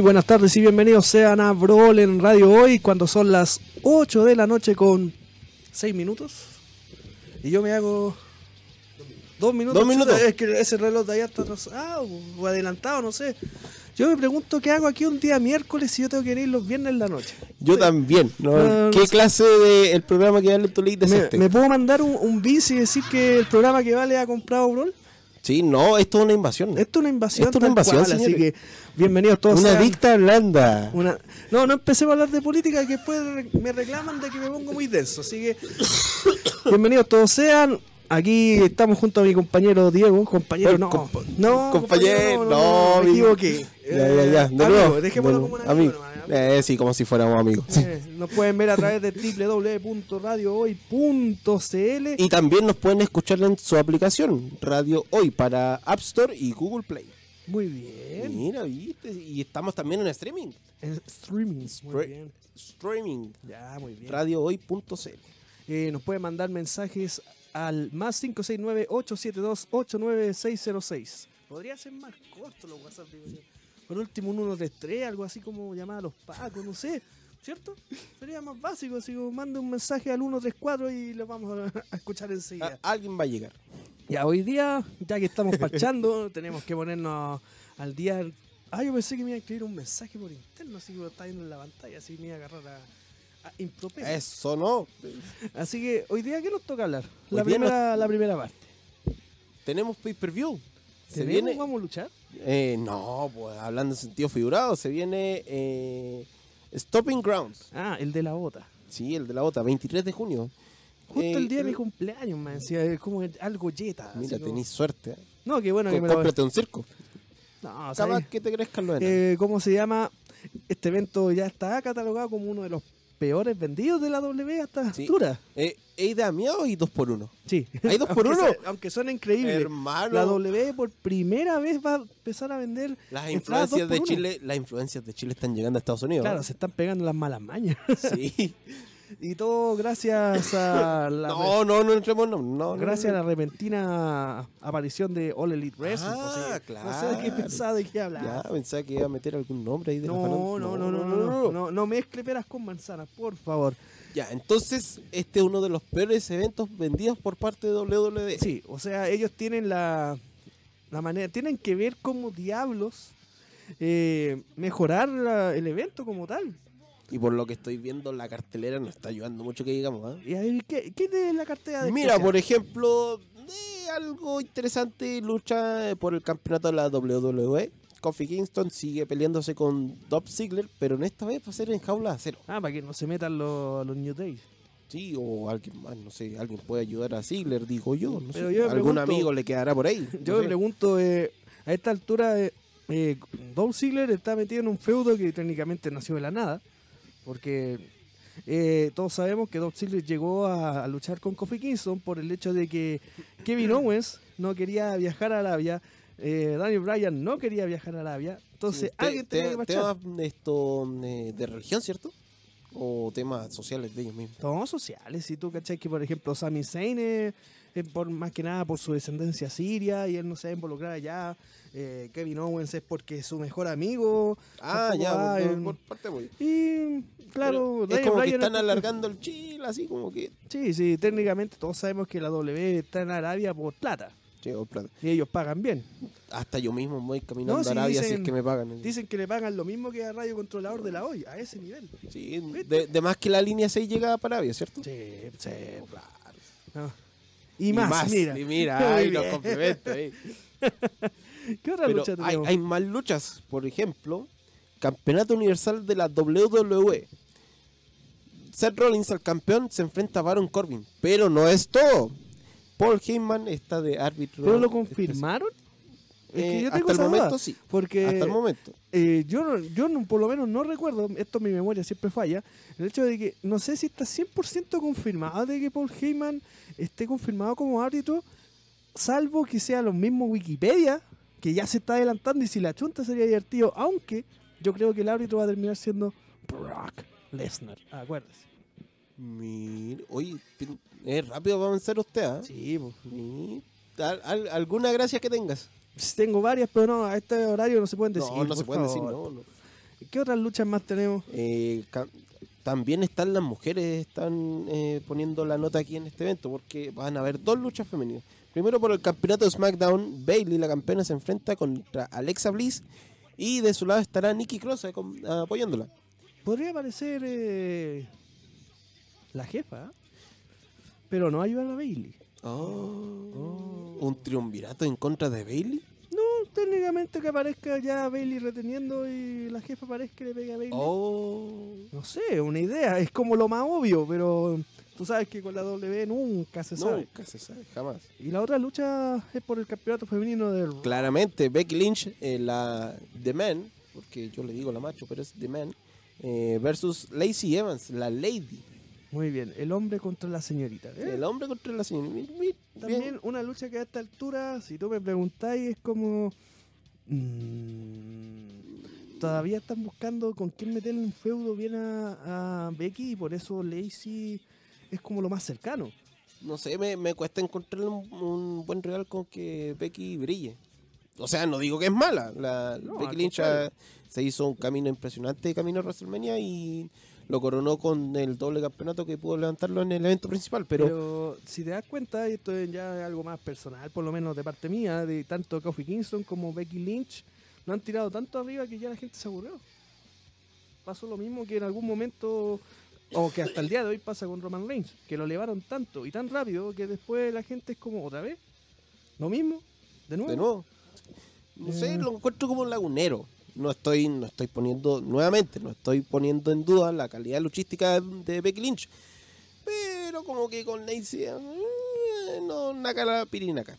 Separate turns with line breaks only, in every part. Buenas tardes y bienvenidos sean a Brawl en Radio Hoy cuando son las 8 de la noche con 6 minutos. Y yo me hago... Dos minutos.
Dos minutos.
chuta, Es que ese reloj de allá está atrasado o adelantado, no sé. Yo me pregunto qué hago aquí un día miércoles si yo tengo que ir los viernes en la noche.
Yo también. ¿no?
No, no
¿Qué
sé.
clase de el programa que vale tu ley es
¿Me,
este?
me puedo mandar un, un bis y decir que el programa que vale ha comprado Brawl?
Sí, no, esto es una invasión.
Esto es una invasión.
Esto es una
tal
invasión,
cual, así
señores.
que bienvenidos todos.
una
sean-
dicta blanda.
Una- No, no empecemos a hablar de política que después re- me reclaman de que me pongo muy denso. Así que bienvenidos todos sean. Aquí estamos junto a mi compañero Diego. Compañero,
Pero,
no.
compa-
no,
compañero,
no,
no,
me
mi-
equivoqué.
Ya, ya, ya. De
Amigo,
nuevo.
dejémoslo
de
como un
nuevo.
amigo.
Ami-
nomás.
Eh, sí, como si fuéramos amigos. Sí.
Eh, Nos pueden ver a través de www.radiohoy.cl.
Y también nos pueden escuchar en su aplicación Radio Hoy para App Store y Google Play.
Muy bien.
Mira, viste, y estamos también en streaming.
En streaming. Muy
Stre-
bien.
Streaming
Ya, muy bien.
radiohoy.cl.
Eh, nos puede mandar mensajes al más 569-872-89606. Podría ser más corto los WhatsApp. digo yo. Por último, un 133, algo así como llamada a los pacos, no sé. ¿Cierto? Sería más básico si mande un mensaje al 134 y lo vamos a, a escuchar enseguida.
A- Ah, Alguien va a llegar.
Ah, Ya, hoy día, ya que estamos parchando, tenemos que ponernos al día. Ah, yo pensé que me iba a escribir un mensaje por interno, así que lo está viendo en la pantalla, así que me iba a agarrar a, a improperio.
Eso no.
Así que hoy día, ¿qué nos toca hablar?
Hoy
La
día
primera, la primera parte.
Tenemos pay per view. Se
¿Tenemos?
viene.
¿Vamos a luchar?
Eh, no, pues hablando en sentido figurado, se viene eh, Stopping Grounds.
Ah, el de la bota.
Sí, el de la bota, 23 de junio.
Justo
Eh,
el día de mi
eh,
cumpleaños, man. Sí, es como el- algo yeta. así
Mira,
como-
tenés suerte. ¿eh?
No, que bueno que
Com-
me lo...
cómprate un circo.
No,
Capaz
¿sabes?
que te crezcan los enanos.
Eh, ¿Cómo se llama? Este evento ya está catalogado como uno de los peores vendidos de la W a esta
Sí.
altura.
Eh, ¿Hay de a miedo y dos por uno?
Sí.
¿Hay dos por
Aunque
uno?
sea- aunque suena increíble.
Hermano,
La W por primera vez va a empezar a vender.
las
entradas dos
influencias
por
de
uno.
Chile, las influencias de Chile están llegando a Estados Unidos.
Claro, se están pegando las malas mañas.
Sí.
Y todo gracias a la
No, no, no entremos, no, no. no,
Gracias a
no.
la repentina aparición de All Elite Wrestling.
Ah,
o sea, No sé
claro.
de qué pensaba de qué
Ya,
hablar.
pensaba que iba a meter algún nombre ahí de la
No, no,
faran-
no, no, no, no, no, no mezcle peras con manzanas, por favor.
Ya, entonces, este es uno de los peores eventos vendidos por parte de WWE.
Sí, o sea, ellos tienen la, la manera, tienen que ver cómo diablos eh, mejorar la- el evento como tal.
Y por lo que estoy viendo, la cartelera nos está ayudando mucho que digamos. ¿eh?
Y a ver, ¿qué, qué tiene la cartera de
Mira,
especial?
por ejemplo, de algo interesante, lucha por el campeonato de la WWE. Kofi Kingston sigue peleándose con Dob Ziggler, pero en esta vez va a ser en jaula de acero.
Ah, para que no se metan los, los New Days.
Sí, o alguien más, no sé, alguien puede ayudar a Ziggler, digo yo. No
Pero
sé,
yo me
algún
pregunto-
amigo le quedará por ahí. no
Yo me
sé.
pregunto, eh, a esta altura, eh, eh, Dolph Ziggler está metido en un feudo que técnicamente nació de la nada, porque eh, todos sabemos que Dolph Ziggler llegó a, a luchar con Kofi Kingston por el hecho de que Kevin Owens no quería viajar a Arabia, eh, Daniel Bryan no quería viajar a Arabia, entonces
Sí, te-
alguien
te-
tenía que marchar.
temas esto, eh, de religión, ¿cierto? O temas sociales de ellos mismos.
Todos sociales, si tú cachai que, por ejemplo, Sami Zayn es, es por, más que nada por su descendencia siria y él no se ha involucrado allá. eh, Kevin Owens es porque su mejor amigo
Ah,
Tampoco
ya,
va
por-
en-
por parte voy.
Y claro,
Pero es
Daniel
como que
Bryan
están
es-
alargando el chill, así como que.
Sí, sí, técnicamente todos sabemos que la W está en Arabia por plata.
Che, oh, plata.
Y ellos pagan bien.
Hasta yo mismo voy caminando
No, sí,
a Arabia si
dicen-
es que me pagan.
Dicen que le pagan lo mismo que a Radio Controlador de la hoy, a ese nivel.
Sí, de, de más que la línea 6 llega para Arabia, ¿cierto?
Sí, sí.
Claro.
no. Y, más, mira.
Y mira,
Muy
ay, los
bien.
complementos. eh.
¿Qué otra
Pero
lucha
hay,
tenemos?
hay más luchas, por ejemplo, Campeonato Universal de la WWE. Seth Rollins, el campeón, se enfrenta a Baron Corbin, pero no es todo. Paul Heyman está de árbitro.
¿Pero lo confirmaron? Es que
Eh,
yo tengo
hasta el
esa duda,
momento sí.
Porque
Hasta el momento.
eh, yo, no- yo no- por lo menos no recuerdo, esto mi memoria siempre falla, el hecho de que no sé si está 100% confirmado de que Paul Heyman esté confirmado como árbitro, salvo que sea lo mismo Wikipedia, que ya se está adelantando y si la chunta sería divertido, aunque yo creo que el árbitro va a terminar siendo Brock Lesnar, acuérdese.
Mir- oye, tien- eh, rápido va a avanzar usted. ¿ah?
Sí, po.
Mir- al- al- ¿Alguna gracia que tengas?
tengo varias, pero no, a este horario no se pueden decir.
no, no se
por
pueden decir,
favor.
no, no.
¿Qué otras luchas más tenemos?
Eh, ca- también están las mujeres, están eh, poniendo la nota aquí en este evento, porque van a haber dos luchas femeninas. Primero por el campeonato de SmackDown, Bailey, la campeona, se enfrenta contra Alexa Bliss y de su lado estará Nikki Cross eh, con- apoyándola.
Podría aparecer eh, la jefa, ¿eh? pero no ayudar a Bailey. Oh.
¿Un triunvirato en contra de Bailey?
No, técnicamente que aparezca ya Bailey reteniendo y la jefa aparezca y le pega a Bailey.
Oh.
No sé, una idea, es como lo más obvio, pero tú sabes que con la W nunca se sabe.
Nunca se sabe, jamás.
Y la otra lucha es por el campeonato femenino del
Claramente, Becky Lynch, eh, la The Man, porque yo le digo la macho, pero es The Man, eh, versus Lacey Evans, la Lady.
Muy bien, el hombre contra la señorita. ¿eh?
El hombre contra la señora. Mi- mi-
También
bien.
una lucha que a esta altura, si tú me preguntáis, es como... mm, todavía están buscando con quién meterle un feudo bien a, a Becky y por eso Lacey es como lo más cercano.
No sé, me, me cuesta encontrar un, un buen real con que Becky brille. O sea, no digo que es mala. La,
No,
Becky
al
Lynch
contrario.
ah, se hizo un camino impresionante, camino a WrestleMania, y lo coronó con el doble campeonato que pudo levantarlo en el evento principal.
Pero,
Pero,
si te das cuenta, y esto es ya algo más personal, por lo menos de parte mía, de tanto Kofi Kingston como Becky Lynch, no han tirado tanto arriba que ya la gente se aburrió. Pasó lo mismo que en algún momento, o que hasta el día de hoy pasa con Roman Reigns, que lo elevaron tanto y tan rápido que después la gente es como, ¿otra vez? ¿Lo mismo? ¿De nuevo?
de nuevo, no sé,
Mm. Eh.
lo encuentro como lagunero. No estoy, no estoy poniendo, nuevamente, no estoy poniendo en duda la calidad luchística de Becky Lynch. Pero como que con Lacey, eh, no, naca la pirinaca.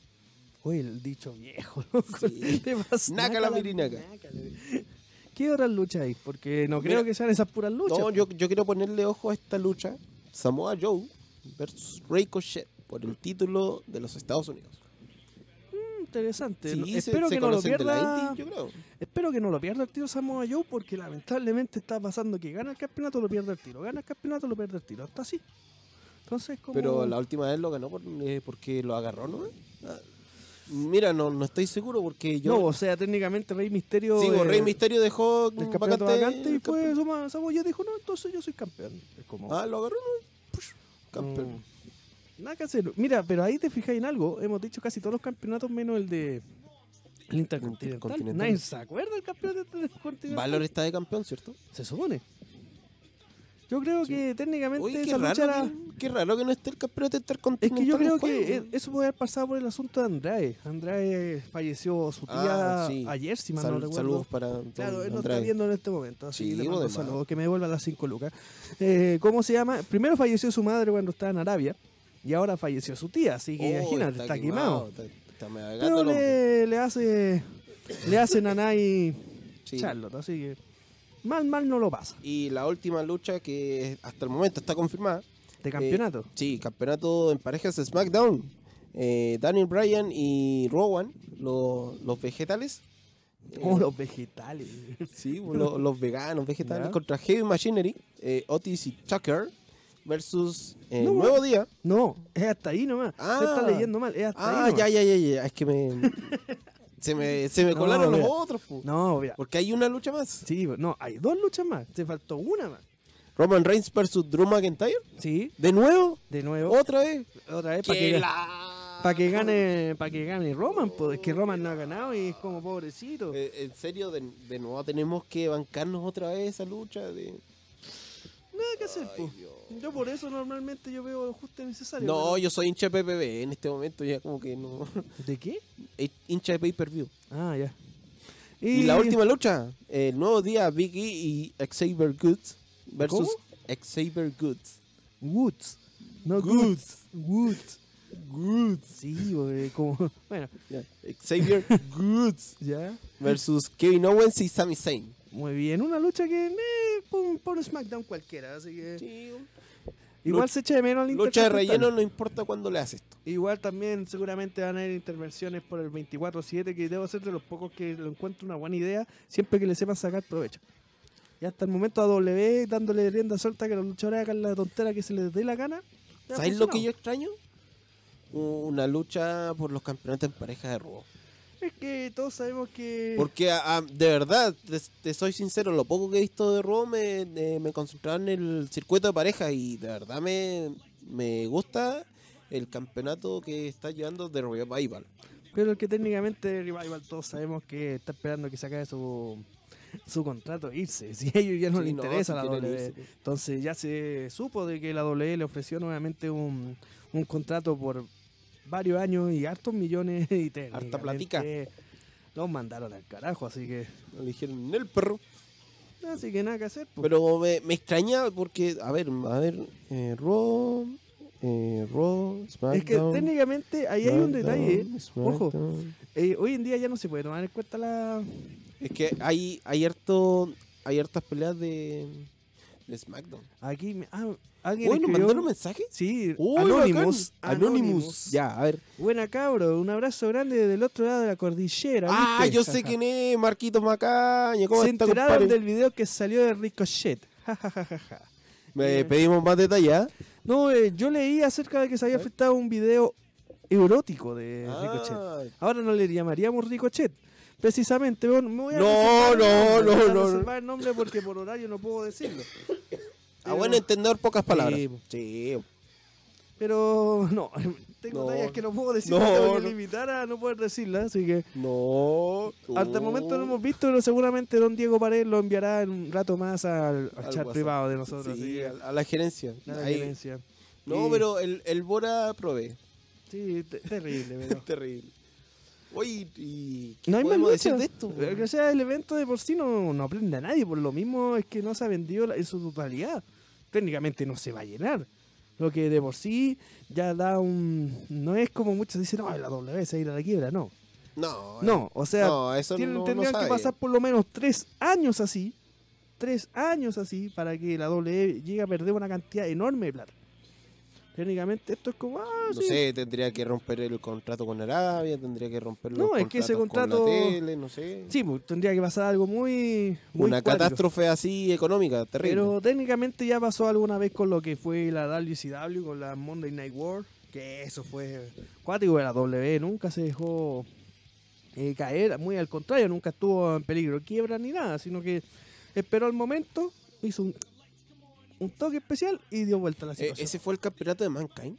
Oye, el dicho viejo, loco.
Sí.
Te vas-
Naca la pirinaca.
pirinaca, le- ¿Qué otras luchas hay? Porque no creo
Mira.
que sean esas puras luchas.
No, yo, yo quiero ponerle ojo a esta lucha. Samoa Joe versus Ricochet por el título de los Estados Unidos.
Interesante.
Sí,
No-
se-
espero
se
que no lo
conocen de la
pierda.
indie, yo creo.
Espero que no lo pierda el tiro Samoa Joe porque lamentablemente está pasando que gana el campeonato lo pierde el tiro, gana el campeonato lo pierde el tiro, hasta así. Entonces como
Pero la última vez lo ganó por- eh, porque lo agarró, ¿no? Ah, Mira, no, no estoy seguro porque yo...
no, o sea, técnicamente Rey Misterio
Sí, pues,
eh,
Rey Misterio dejó
del campeonato vacante, y
el
pues
campeón.
Samoa Samoa Joe dijo, "No, entonces yo soy campeón." Es como
Ah, lo agarró, ¿no? Push, campeón.
pues, Mm. Nada que hacer. Mira, pero ahí te fijáis en algo. Hemos dicho casi todos los campeonatos menos el de el Intercontinental.
Intercontinental.
Nadie se acuerda del campeonato Intercontinental.
Valor está de campeón, ¿cierto?
Se supone. Yo creo que técnicamente
Oye, qué
esa
raro,
lucha era...
que, qué raro que no esté el campeonato
Es
intercontinental.
que yo creo
en juego.
que eh, eso puede haber pasado por el asunto de Andrade. Andrade falleció su tía
Ah, sí.
ayer, si mal
Sal-
no recuerdo.
saludos para don
Claro, él no está
Andrade.
viendo en este momento, así
Sí,
le mando
de
un
más.
saludo, que me devuelva las 5 lucas. Eh, ¿Cómo se llama? Primero falleció su madre cuando estaba en Arabia y ahora falleció su tía, así que
Oh,
imagínate, está, quemado.
Está, está mega gato
Pero
el hombre.
le, le hace le hace Nanay
Sí.
Charlotte, así que mal, mal no lo pasa.
Y la última lucha que hasta el momento está confirmada.
De campeonato.
eh, sí, campeonato en parejas de SmackDown. Eh, Daniel Bryan y Rowan, lo- los vegetales. eh,
Como los vegetales.
Sí, lo- los veganos, vegetales.
Ya.
Contra Heavy Machinery, eh, Otis y Tucker. Versus eh,
No,
Nuevo Día.
No, es hasta ahí nomás.
Ah.
Te estás leyendo mal, es hasta
Ah,
ahí. nomás.
ya, ya, ya, ya. Es que me. se me, se me
No,
colaron los
mira.
otros. po.
No, mira.
Porque hay una lucha más.
Sí, no, hay dos luchas más. Te faltó una más.
Roman Reigns versus Drew McIntyre.
Sí,
¿De nuevo?
de nuevo.
¿Otra vez?
Otra vez para que, pa' que gane para que gane Roman, pues es que Roman no ha ganado y es como pobrecito.
Eh, en serio, de, de nuevo tenemos que bancarnos otra vez esa lucha. De...
Nada que hacer,
Ay,
pues.
Dios.
Yo por eso normalmente yo veo lo justo y necesario.
No,
pero-
yo soy hincha de PPV en este momento, ya como que no.
¿De qué?
Eh, hincha de pay per view.
Ah, ya.
Y, la última lucha, el nuevo día, Big E y Xavier Goods versus Xavier Goods.
Woods. No Goods. Woods. Woods. Sí, güey, como bueno,
Ya, Xavier Goods
ya.
versus Kevin Owens y Sami Zayn.
Muy bien, una lucha que eh, por, por SmackDown cualquiera, así que igual
Lucha-
se echa de menos al
Lucha de
Intercontinental.
relleno no importa cuándo le haces esto.
Igual también seguramente van a haber intervenciones por el 24-7, que debo ser de los pocos que lo encuentro una buena idea, siempre que le sepan sacar provecho. Y hasta el momento a W dándole rienda suelta que los luchadores hagan la tontera que se les dé la gana. le ha
¿Sabes lo que
funcionado.
yo extraño? Una lucha por los campeonatos en pareja de robo.
Es que todos sabemos que.
Porque a- a- de verdad, te, te soy sincero, lo poco que he visto de Raw me, de- me concentraba en el circuito de pareja y de verdad me, me gusta el campeonato que está llevando de Revival.
Pero que técnicamente Revival todos sabemos que está esperando que se acabe su, su contrato e irse. Si a ellos ya no
Sí,
les interesa
si
la
quieren
WWE.
irse.
Entonces ya se supo de que la WWE le ofreció nuevamente un, un contrato por varios años y hartos millones y técnicamente
platica.
Los mandaron al carajo, así que
Le dijeron, el perro.
así que nada que hacer. pues.
Pero me, me extrañaba porque, a ver, a ver, eh, Raw, eh, Raw, SmackDown.
es que técnicamente ahí hay un detalle. ¿eh?
SmackDown,
Ojo.
SmackDown.
Eh, hoy en día ya no se puede tomar en cuenta la...
Es que hay, hay, harto, hay hartas peleas de, de SmackDown.
Aquí... me- ah, alguien
Uy, ¿nos
escribió-
mandaron mensaje?
Sí,
Uy,
Anonymous,
bacán. Anonymous.
Anonymous.
Ya, a ver.
Buena cabro, un abrazo grande desde el otro lado de la cordillera.
Ah,
¿viste?
yo sé quién es, Marquito Macaño. ¿Cómo
Se
está,
enteraron
compadre?
del video que salió de Ricochet. Ja, ja, ja, ja, ja.
Eh, pedimos más detalle, ¿ah?
No, eh, yo leí acerca de que se había
A ver.
filtrado un video erótico de Ricochet.
Ah,
Ahora no le llamaríamos Ricochet. Precisamente, bueno, me voy a
No,
reservar
no,
el nombre,
no,
voy a
no,
reservar el nombre porque por horario no puedo decirlo.
A buen entender, pocas palabras.
Sí.
Sí.
Pero no, tengo
No.
tallas que no puedo decir,
No,
me tengo que
no.
limitar a no poder decirlas, así que...
No.
Hasta el momento
Oh.
no hemos visto, pero seguramente don Diego Pared lo enviará en un rato más al, al
Al
chat
WhatsApp.
privado de nosotros. así
Sí,
que
a, a la gerencia.
nada
Ahí.
que vencia.
No,
Y-
pero el, el Bora probé.
Sí, te- terrible, pero.
Terrible. Oye, ¿y qué
No hay más
podemos decir
lucha.
de esto?
Pero que sea, el evento de por sí no, no aprende a nadie. Por lo mismo es que no se ha vendido la- en su totalidad. Técnicamente no se va a llenar. Lo que de por sí ya da un. No es como muchos dicen, no, la W se va a ir a la quiebra. No.
No, eh.
No, o sea,
no, eso
tienen,
no, no
tendrían que
sabe.
pasar por lo menos tres años así, tres años así, para que la WWE llegue a perder una cantidad enorme de plata. Técnicamente esto es como, ah,
No
sí.
sé, tendría que romper el contrato con Arabia, tendría que romper los
No, es que ese
contratos con
contrato-
la tele, no sé.
Sí, pues, tendría que pasar algo muy, muy
Una
cuático.
catástrofe así económica, terrible.
Pero técnicamente ya pasó alguna vez con lo que fue la WCW, con la Monday Night War, que eso fue cuático de la W, nunca se dejó eh, caer, muy al contrario, nunca estuvo en peligro de quiebra ni nada, sino que esperó el momento, hizo un, un toque especial y dio vuelta a la
Eh,
situación.
ese fue el campeonato de Mankind.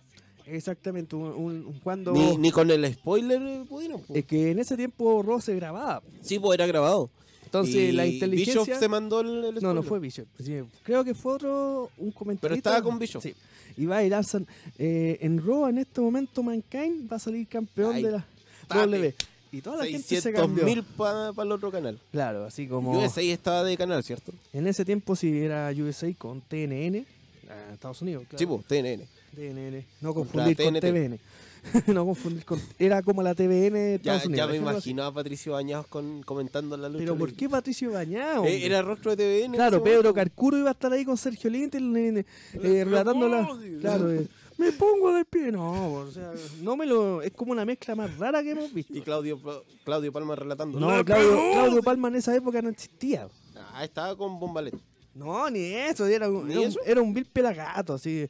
Exactamente, un, un- un- cuando...
Ni, ni con el spoiler eh, pudieron. po.
Es que en ese tiempo Raw se grababa.
Sí, pues era grabado.
Entonces
Y
la inteligencia...
Bishop se mandó el, el
No, no
spoiler.
fue Bishop. Sí, Creo que fue otro, un comentarista.
estaba con Bishop.
Sí. Y va a ir Arsene, eh, en Raw en este momento Mankind va a salir campeón
Ay,
de la
tate.
W. Y toda la gente se
600
cambió.
mil para el otro canal.
Claro, así como
USA estaba de canal, ¿cierto?
en ese tiempo si era USA con TNN, ah, Estados Unidos, claro.
Sí, pues, TNN.
TNN, no
Contra
confundir con
TNT.
TVN. no confundir con era como la TVN de
Ya,
Estados Unidos.
ya me
dejémoslo así.
imaginaba a Patricio Bañados con, comentando la lucha.
Pero ¿por
libre.
qué Patricio Bañado?
Eh, era rostro de TVN. en
Claro,
ese
Pedro
momento.
Carcuro iba a estar ahí con Sergio Lint eh, eh, relatando la.
propósito.
Claro, eh, me pongo de pie. No, o sea, no me lo. Es como una mezcla más rara que hemos visto.
Y Claudio, Pro- Claudio Palma relatando.
No,
¡La
Claudio,
pegó!
Claudio Palma en esa época no existía.
Ah, estaba con Bombalet.
No, ni eso. Era un,
¿Ni
era un-
eso?
era un vil pelagato, así.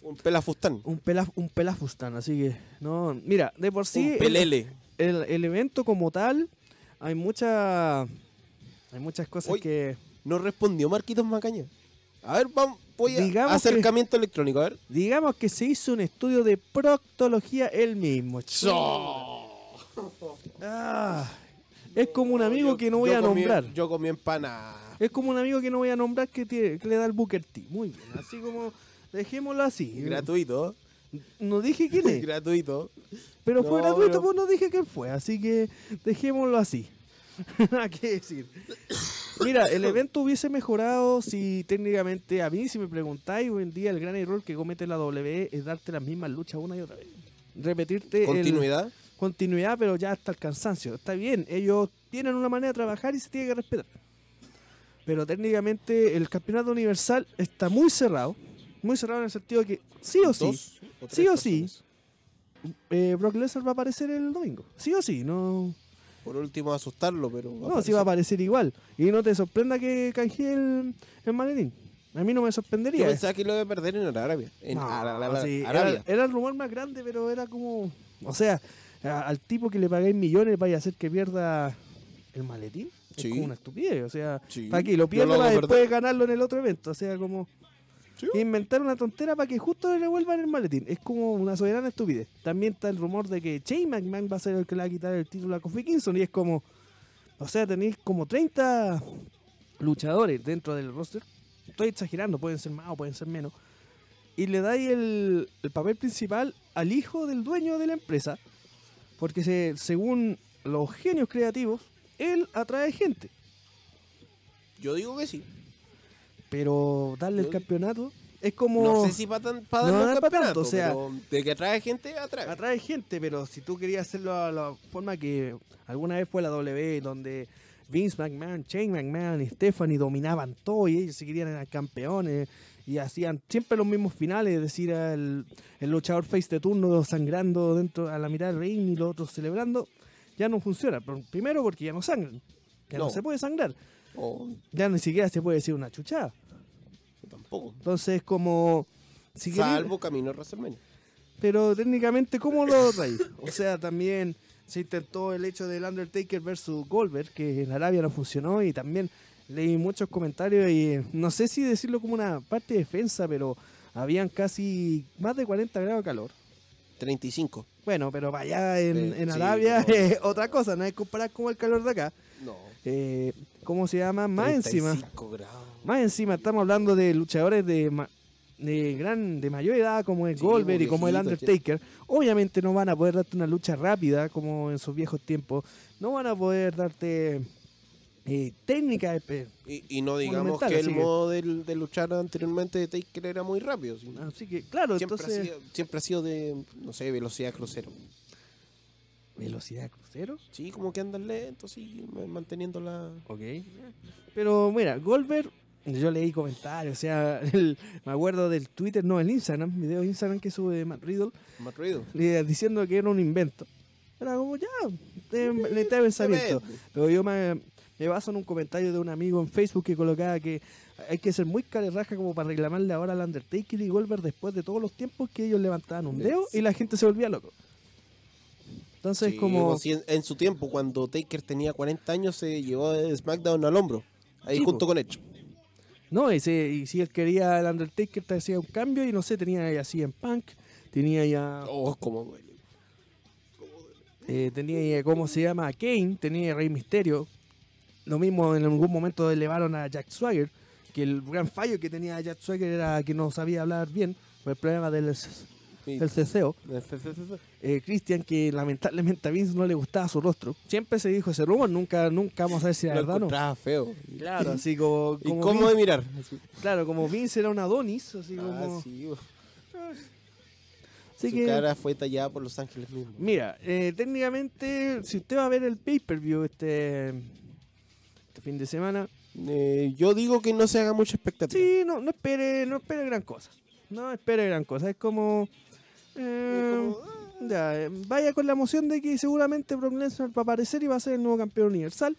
Un pelafustán.
Un, pela, un pelafustán, así que. No, mira, de por sí.
un
el-
pelele.
el, el evento como tal, hay mucha. Hay muchas cosas
Oye,
que.
No respondió Marquitos Macaña. A ver, vamos, voy a
Digamos
acercamiento electrónico. A ver.
Digamos que se hizo un estudio de proctología él mismo. Ah, es como un amigo
Yo-
que no voy
yo
a
comí-
nombrar.
Yo comí empanadas.
Es como un amigo que no voy a nombrar que, tiene- que le da el Booker T. Muy bien, así como dejémoslo así.
Gratuito.
No dije quién es,
Gratuito.
pero fue
No,
gratuito,
pero-
pues no dije quién fue, así que dejémoslo así. Nada que decir. Mira, el evento hubiese mejorado si técnicamente a mí, si me preguntáis, hoy en día el gran error que comete la W es darte las mismas luchas una y otra vez. Repetirte Eh, el,
Continuidad.
continuidad, pero ya hasta el cansancio. Está bien, ellos tienen una manera de trabajar y se tiene que respetar. Pero técnicamente el campeonato universal está muy cerrado. Muy cerrado en el sentido de que sí o sí,
Dos tres
Sí o sí.
personas.
eh, Brock Lesnar va a aparecer el domingo. Sí o sí, no,
Por último, asustarlo, pero.
no sí va a aparecer igual. Y no te sorprenda que canjee el, el maletín. A mí no me
Yo
sorprendería. eh.
pensaba que lo iba a perder en Arabia. En
No,
Ara- Ara-
sí,
Arabia.
Era, era el rumor más grande, pero era como. O sea, a- al tipo que le pagáis millones vaya a hacer que pierda el maletín.
Sí.
Es como una estupidez, o sea,
Sí.
para que lo
Yo
pierda
hago
para
verdad.
después ganarlo en el otro evento, o sea, como
Sí.
inventar una tontera para que justo le devuelvan el maletín. Es como una soberana estupidez. También está el rumor de que Shane McMahon va a ser el que le va a quitar el título a Kofi Kingston y es como, o sea, tenéis como 30 luchadores dentro del roster. Estoy exagerando, pueden ser más o pueden ser menos. Y le dais el, el papel principal al hijo del dueño de la empresa. Porque se- según los genios creativos, él atrae gente.
Yo digo que sí.
Pero darle el
Yo-
campeonato es como...
No sé si para pa
No,
darle
no
un
es pa' tanto,
campeonato,
o sea-
pero de que atrae gente, atrae.
atrae gente, pero si tú querías hacerlo a la forma que alguna vez fue la W, donde Vince McMahon, Shane McMahon y Stephanie dominaban todo y ellos se querían eran campeones y hacían siempre los mismos finales, es decir, el, el luchador face de turno sangrando dentro a la mitad del ring y los otros celebrando, ya no funciona. Pero primero porque ya no sangran, ya no,
No.
se puede sangrar,
O
ya ni siquiera se puede decir una chuchada.
tampoco.
Entonces, como... Si queréis-
Salvo camino a WrestleMania.
pero técnicamente, ¿cómo lo traes? O sea, también se intentó el hecho del Undertaker versus Goldberg, que en Arabia no funcionó, y también leí muchos comentarios y eh, no sé si decirlo como una parte de defensa, pero habían casi más de 40 grados de calor.
35.
Bueno, pero para allá en,
Eh,
en
sí,
Arabia
no.
es otra cosa, no es comparar con el calor de acá.
No.
Eh, ¿Cómo se llama? Más encima.
35 grados.
Más encima estamos hablando de luchadores de, ma- de gran de mayor edad como el
Sí,
Goldberg y
pues,
como el
viejitos,
Undertaker. Obviamente no van a poder darte una lucha rápida como en sus viejos tiempos. No van a poder darte eh, técnicas. espe-
Y, y no digamos
Monumental,
que el
así que-
modo del- de, luchar anteriormente de Taker era muy rápido. sino
Así que claro,
siempre,
entonces
ha sido, siempre ha sido de, no sé, velocidad crucero.
velocidad crucero.
Sí, como que andan lento, sí, ma- manteniendo la...
Ok. Pero mira, Goldberg, yo leí comentarios, o sea, el- me acuerdo del Twitter, no, el Instagram, video de Instagram que sube Matt Riddle,
más ruido.
eh, diciendo que era un invento. Era como, ya, te, le te pensamiento. Pero yo me, me baso en un comentario de un amigo en Facebook que colocaba que hay que ser muy carerraja como para reclamarle ahora al Undertaker y Goldberg después de todos los tiempos que ellos levantaban un dedo y la gente se volvía loco. Entonces,
Sí,
como.
pues, sí, en, en su tiempo, cuando Taker tenía 40 años, se llevó de SmackDown al hombro. Ahí
Sí,
junto
po.
con Edge.
No, y, se- y si él quería al Undertaker, te hacía un cambio y no sé, tenía ahí así en Punk, tenía ya.
Oh, como duele.
Eh, tenía, eh, ¿cómo se llama? A Kane, tenía a Rey Misterio. Lo mismo en algún momento elevaron a Jack Swagger, que el gran fallo que tenía Jack Swagger era que no sabía hablar bien, por el problema del,
Sí.
del ceseo.
Sí, sí, sí, sí.
Eh, Christian, que lamentablemente a Vince no le gustaba su rostro. Siempre se dijo ese rumor, nunca, nunca vamos a ver si
Lo
era verdad o no.
encontraba feo.
Claro, así como,
¿Y
como
cómo de
Vince,
mirar? Así.
claro, como Vince era un Adonis, así
Ah,
como...
sí, bo.
así
Su
que-
cara fue tallada por Los Ángeles mismos.
Mira, eh, técnicamente, si usted va a ver el pay-per-view este, este fin de semana,
Eh, yo digo que no se haga mucha expectativa. Eh,
sí, no, no espere, no espere gran cosa. No espere gran cosa. Es como. eh,
como, ah,
ya, eh, vaya con la emoción de que seguramente Brock Lesnar va a aparecer y va a ser el nuevo campeón universal.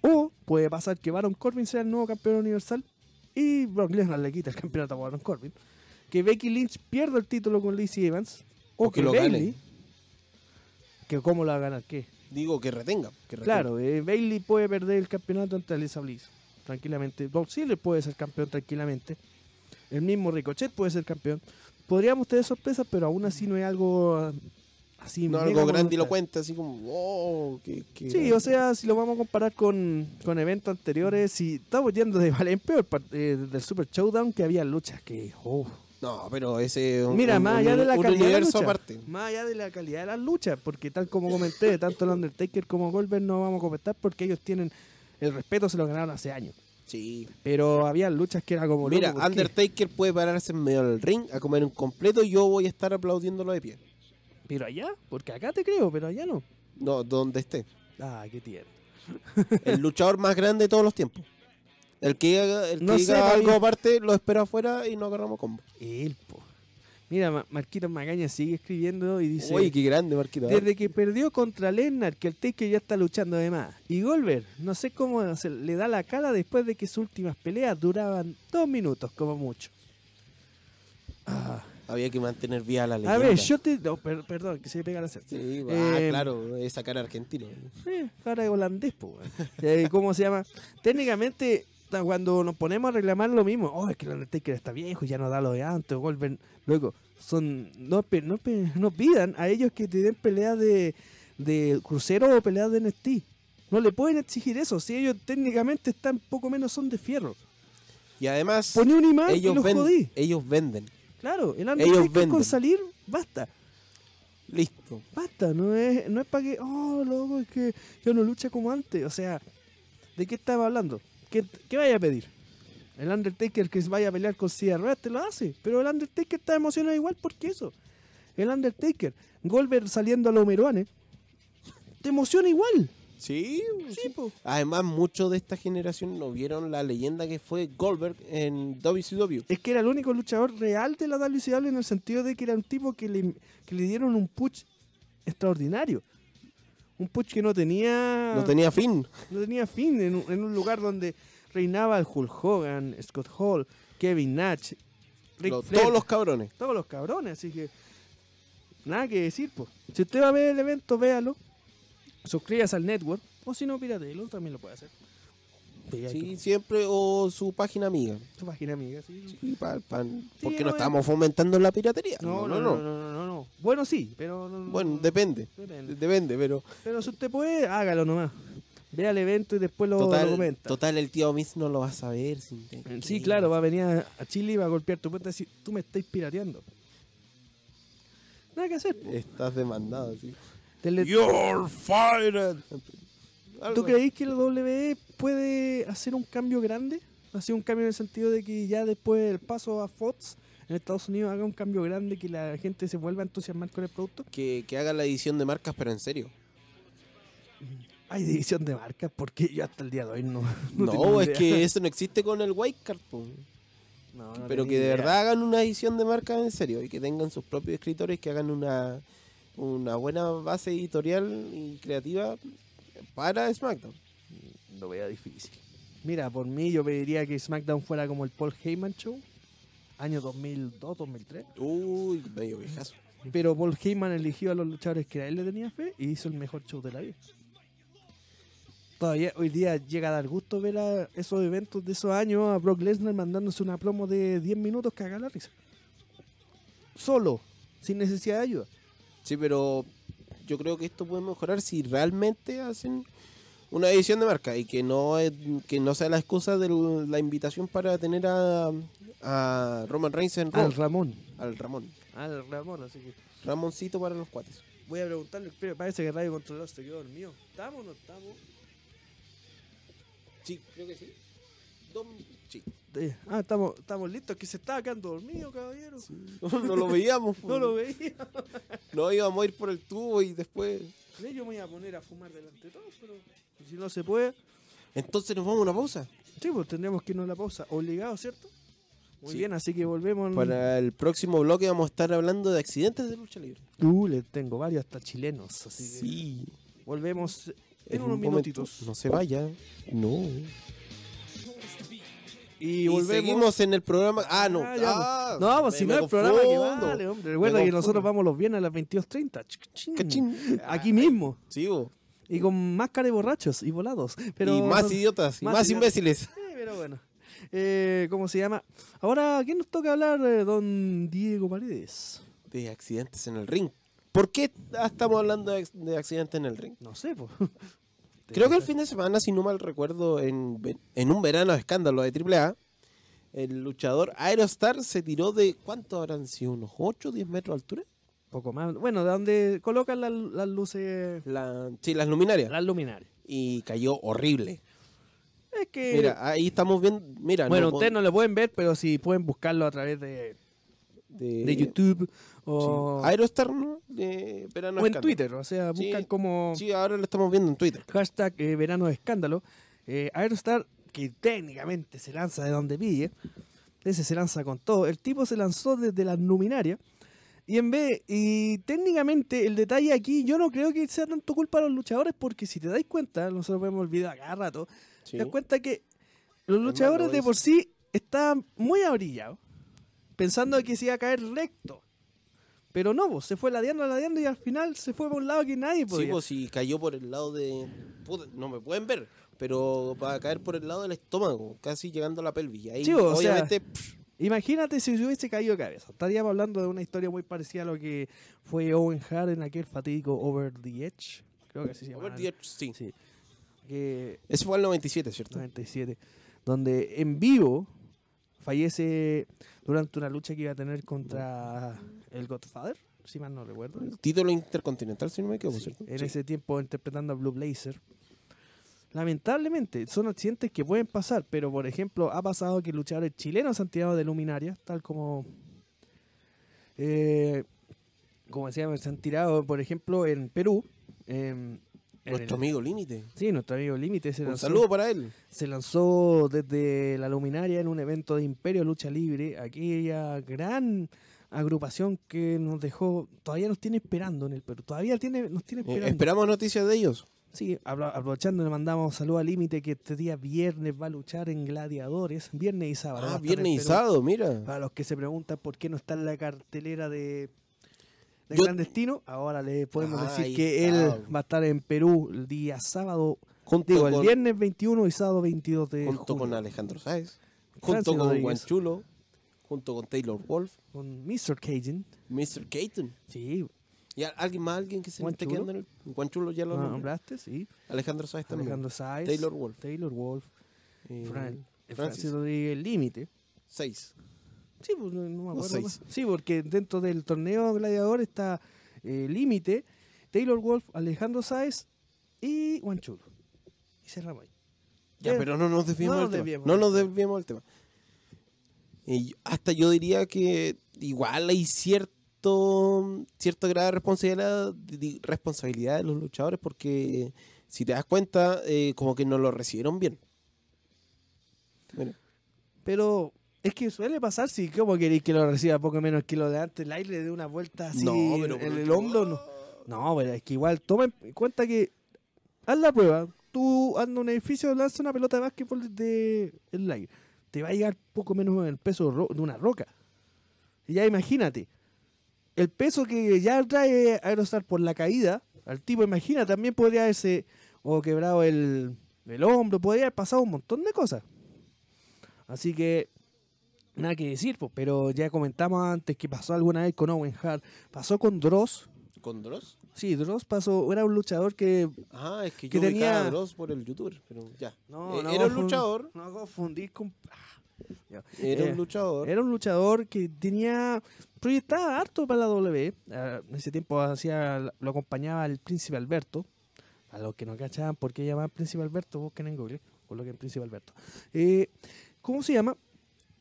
O puede pasar que Baron Corbin sea el nuevo campeón universal y Brock Lesnar le quita el campeonato a Baron Corbin. Que Becky Lynch pierda el título con Lacey Evans. O,
O que
que,
lo gane.
Bailey. Que cómo lo va a ganar, ¿qué?
Digo que retenga. que retenga.
Claro, eh, Bailey puede perder el campeonato ante Alessa Bliss, tranquilamente. Bob Sealer puede ser campeón tranquilamente. El mismo Ricochet puede ser campeón. Podríamos tener sorpresas, pero aún así no es algo eh, así.
No
mega
algo
monumental.
grandilocuente, así como, "Oh, wow, que, que
Sí, o sea, si lo vamos a comparar con, con eventos anteriores, si estamos yendo de mal en peor, par- eh, del Super Showdown, que había luchas que. oh,
No, pero ese es un,
Mira,
un-
más allá
un-
de la
un
calidad de
universo
lucha,
aparte.
Más allá de la calidad de las luchas, porque tal como comenté, tanto el Undertaker como Goldberg no vamos a comentar porque ellos tienen el respeto, se lo ganaron hace años.
Sí.
Pero había luchas que era como loco,
Mira,
¿por qué?
Undertaker puede pararse en medio del ring a comer un completo y yo voy a estar aplaudiéndolo de pie.
Pero allá, porque acá te creo, pero allá no.
No, donde esté.
Ah, qué tierno.
El luchador más grande de todos los tiempos. El que diga, el que
No sé,
diga
Fabián.
algo aparte lo espera afuera y no agarramos combo.
El po. Mira, Ma- Marquitos Magaña sigue escribiendo y dice:
Uy, qué grande, Marquito.
Desde que perdió contra Lennart, que el Taker ya está luchando de más. Y Goldberg, no sé cómo se le da la cara después de que sus últimas peleas duraban dos minutos, como mucho. Ah,
Había que mantener viva la leyenda.
A ver, yo te. no, per- perdón, que se pega la cerca.
Sí, ah,
Eh,
claro, es sacar argentino.
Eh, cara de holandés, po, weón. Eh, ¿Cómo se llama? Técnicamente, ta- cuando nos ponemos a reclamar lo mismo, oh, es que el Undertaker está viejo, ya no da lo de antes, Goldberg, luego, son, no, pe- no, pe- no pidan a ellos que te den peleas de, de crucero o peleas de NXT. No le pueden exigir eso, si ellos técnicamente están poco menos son de fierro.
Y además,
Poní un imán y
ellos,
los
ven-
jodí.
ellos venden.
Claro, el
ellos
Undertaker
venden.
con salir, basta.
Listo.
Basta, no es, no es para que, oh, loco, es que yo no lucha como antes. O sea, ¿de qué estaba hablando? ¿Qué, qué vaya a pedir? El Undertaker que vaya a pelear con silla de ruedas te lo hace, pero el Undertaker está emocionado igual porque eso. El Undertaker, Goldberg saliendo a los meruanes, te emociona igual.
Sí,
Sí, po.
Además, muchos de esta generación no vieron la leyenda que fue Goldberg en WCW.
Es que era el único luchador real de la WCW en el sentido de que era un tipo que le, que le dieron un push extraordinario. Un push que no tenía...
No tenía fin.
No tenía fin en un, en un lugar donde reinaba el Hulk Hogan, Scott Hall, Kevin Nash, Ric
Lo-
Flair,
todos los cabrones.
todos los cabrones, así que nada que decir, pues. Si usted va a ver el evento, véalo, suscríbase al network, o si no, píratelo, también lo puede hacer. Pilla
Sí, siempre. O su página amiga.
que- Su página amiga, sí.
Sí, pa- pa- porque
no,
no
eh.
estamos fomentando la piratería.
No, no, no, no, no, no, no. Bueno, sí, pero... no- no-
Bueno,
no-
depende.
depende.
Depende, pero.
Pero si usted puede, hágalo nomás. Vea el evento y después lo, lo
Total,
comenta.
total, el tío Miss no lo va a saber. sin-
Sí, claro, va a venir a a Chile y va a golpear tu puerta y decir, tú me estáis pirateando. Nada que hacer.
Estás demandado, sí.
Tele-
You're fired.
¿Tú creís que la WWE puede hacer un cambio grande? Hacer un cambio en el sentido de que ya después del paso a Fox en Estados Unidos haga un cambio grande que la gente se vuelva a entusiasmar con el producto.
Que, que haga la edición de marcas, pero en serio.
Hay división de marcas porque yo hasta el día de hoy no.
No,
tengo
es
idea.
que eso no existe con el Wildcard, po.
No, no tenía
pero que de
idea.
verdad hagan una edición de marcas en serio y que tengan sus propios escritores, que hagan una, una buena base editorial y creativa para SmackDown.
Mm, Lo veo difícil. Mira, por mí yo pediría que SmackDown fuera como el Paul Heyman Show, año 2002, 2003.
Uy, medio viejazo.
Pero Paul Heyman eligió a los luchadores que a él le tenía fe y hizo el mejor show de la vida. Todavía hoy día llega a dar gusto ver a esos eventos de esos años a Brock Lesnar mandándose una promo de 10 minutos caga la risa. Solo, sin necesidad de ayuda.
Sí, pero yo creo que esto puede mejorar si realmente hacen una edición de marca y que no es- que no sea la excusa de la invitación para tener a, a Roman Reigns en Raw.
Al Ramón.
al Ramón.
Al Ramón, así que
Ramoncito para los cuates.
voy a preguntarle, pero parece que Radio Controlador se quedó dormido. ¿Estamos o no estamos?
Sí, creo que sí. Dos min- sí.
Eh, Ah, estamos, estamos listos, que se estaba quedando dormido, caballero.
no lo veíamos. po.
No lo veía.
No íbamos a ir por el tubo y después.
Yo me voy a poner a fumar delante de todos, pero si no se puede.
Entonces nos vamos a una pausa.
Sí, pues tendríamos que irnos a la pausa. Obligado, ¿cierto? Muy
Sí.
bien, así que volvemos. en-
Para el próximo bloque vamos a estar hablando de accidentes de lucha libre.
Uh, le tengo varios hasta chilenos. Así que volvemos en, unos
un momento.
minutitos.
No se vaya. No.
Y,
Y,
volvemos.
seguimos en el programa. Ah, no.
Ah, ya, pues.
Ah,
no, pues
me-
si
me
no el programa que
confundo.
vale, hombre. Recuerda
Me
que nosotros
confundo.
vamos los viernes a las 22.30. Ch- chin.
Cachín.
Aquí mismo.
Sí, bo.
Y con máscara de borrachos y volados. Pero
y más idiotas, y
más
más,
idiotas.
imbéciles.
Sí, pero bueno. Eh, ¿Cómo se llama? Ahora, ¿quién nos toca hablar? eh, Don Diego Paredes.
De accidentes en el ring. ¿Por qué ah, estamos hablando de ac- de accidentes en el ring?
No sé, pues.
Creo que el fin de semana, si no mal recuerdo, en, ve- en un verano de escándalo de AAA, el luchador Aerostar se tiró de, ¿cuánto habrán sido? ¿Unos 8 o 10 metros de altura?
Poco más. Bueno, de donde colocan las, las luces,
La- sí, las luminarias.
las luminarias.
Y cayó horrible.
Es que.
Mira, ahí estamos viendo, mira.
Eh, bueno,
no-
ustedes no lo pueden ver, pero sí pueden buscarlo a través de,
de,
de YouTube
sí.
o,
Aerostar, ¿no? De verano
o en
escándalo.
Twitter. O sea,
Sí.
buscan como
Sí, ahora lo estamos viendo en Twitter.
hashtag eh, verano de escándalo. Eh, Aerostar, que técnicamente se lanza de donde pille, ese se lanza con todo. El tipo se lanzó desde las luminarias. Y en vez, y técnicamente el detalle aquí, yo no creo que sea tanto culpa de los luchadores, porque si te dais cuenta, nosotros vemos el video a cada rato,
Sí.
te das cuenta que los
malo
luchadores de
eso.
por sí están muy abrillados. pensando que se iba a caer recto. Pero no, pues, se fue ladeando, ladeando y al final se fue por un lado que nadie podía.
Sí, pues si cayó por el lado de. Puta, no me pueden ver, pero va a caer por el lado del estómago, casi llegando a la pelvis. Y Ahí,
Sí, o sea-
obviamente, pff,
Imagínate si se hubiese caído de cabeza. Estaríamos hablando de una historia muy parecida a lo que fue Owen Hart en aquel fatídico Over the Edge. Creo que así se llama.
over the edge, sí.
Sí. Que
Eso fue el 97, ¿cierto?
97, donde en vivo fallece durante una lucha que iba a tener contra el Godfather, si mal no recuerdo.
Título intercontinental, si no me equivoco, Mm, ¿cierto?
En
Sí.
ese tiempo interpretando a Blue Blazer. Lamentablemente, son accidentes que pueden pasar, pero por ejemplo, ha pasado que luchadores chilenos han tirado de luminarias, tal como. eh, como decíamos, se han tirado, por ejemplo, en Perú. em, en
Nuestro
el-
amigo Límite.
Sí, nuestro amigo Límite. se
Un
lanzó-
saludo para él.
se lanzó desde la luminaria en un evento de Imperio Lucha Libre, aquella gran agrupación que nos dejó, todavía nos tiene esperando en el Perú, todavía tiene, nos tiene
Eh,
esperando.
esperamos noticias de ellos.
Sí, apro- aprovechando le mandamos saludo a Límite que este día viernes va a luchar en Gladiadores, viernes y sábado. va a
Ah,
estar
viernes
en
y
Perú.
sábado, mira.
Para los que se preguntan por qué no está en la cartelera de, de
Yo-
clandestino, ahora le podemos
Ah,
decir
ahí
que
está.
él va a estar en Perú el día sábado,
Junto,
digo, el
con,
viernes 21 y sábado 22 de
junto con
junio.
Alejandro Sáez.
Francis
Junto con
Rodríguez.
Guanchulo. Junto con Taylor Wolf.
con Mr. Cajun.
Mr. Keaton.
Sí,
¿Y a- alguien más? ¿Alguien que se esté
Guanchulo.
quedando en el... Guanchulo ya lo
lo
nombré.
nombraste, Ah, sí.
Alejandro Sáez también.
Alejandro Sáez.
Taylor Wolf.
Taylor Wolf.
Eh,
Fran- Francis.
Francis.
Rodríguez Límite.
Seis.
Sí, pues no, no me
Los
acuerdo.
seis.
más. Sí, porque dentro del torneo gladiador está eh, Límite, Taylor Wolf, Alejandro Sáez y Guanchulo. Y cerramos ahí.
Ya,
Ya.
pero no nos
Eh,
desviemos
No
del
nos
tema.
desviemos
no
del
nos
tema.
desviemos del tema. Y yo- hasta yo diría que igual hay cierto cierto grado de responsabilidad, de responsabilidad de los luchadores porque si te das cuenta, eh, como que no lo recibieron bien. Bueno,
Pero es que suele pasar si, ¿cómo queréis que lo reciba? Poco menos que lo de antes, el aire de una vuelta así en,
por
en el
último-
hombro. No. No, pero es que igual, toma en cuenta que haz la prueba. Tú andas a un edificio, lanzas una pelota de básquetbol de el aire. Te va a llegar poco menos el peso ro- de una roca. Y ya imagínate. El peso que ya trae Aerostar por la caída, al tipo, imagina, también podría haberse o quebrado el, el hombro, podría haber pasado un montón de cosas. Así que, nada que decir, pues, pero ya comentamos antes que pasó alguna vez con Owen Hart, pasó con Dross,
¿Con Dross?
Sí, Dross pasó, era un luchador que...
Ah, es que
Que
yo tenía...
tenía-
a Dross por el youtuber, pero ya.
No,
Eh,
no
era un
confund-
luchador,
No confundir con...
era
Eh,
un luchador.
Era un luchador que tenía... Proyectaba harto para la W. eh, En ese tiempo hacía, lo acompañaba el Príncipe Alberto. A los que no cachaban por qué llamaban Príncipe Alberto, busquen en Google, coloquen Príncipe Alberto. Eh, ¿Cómo se llama?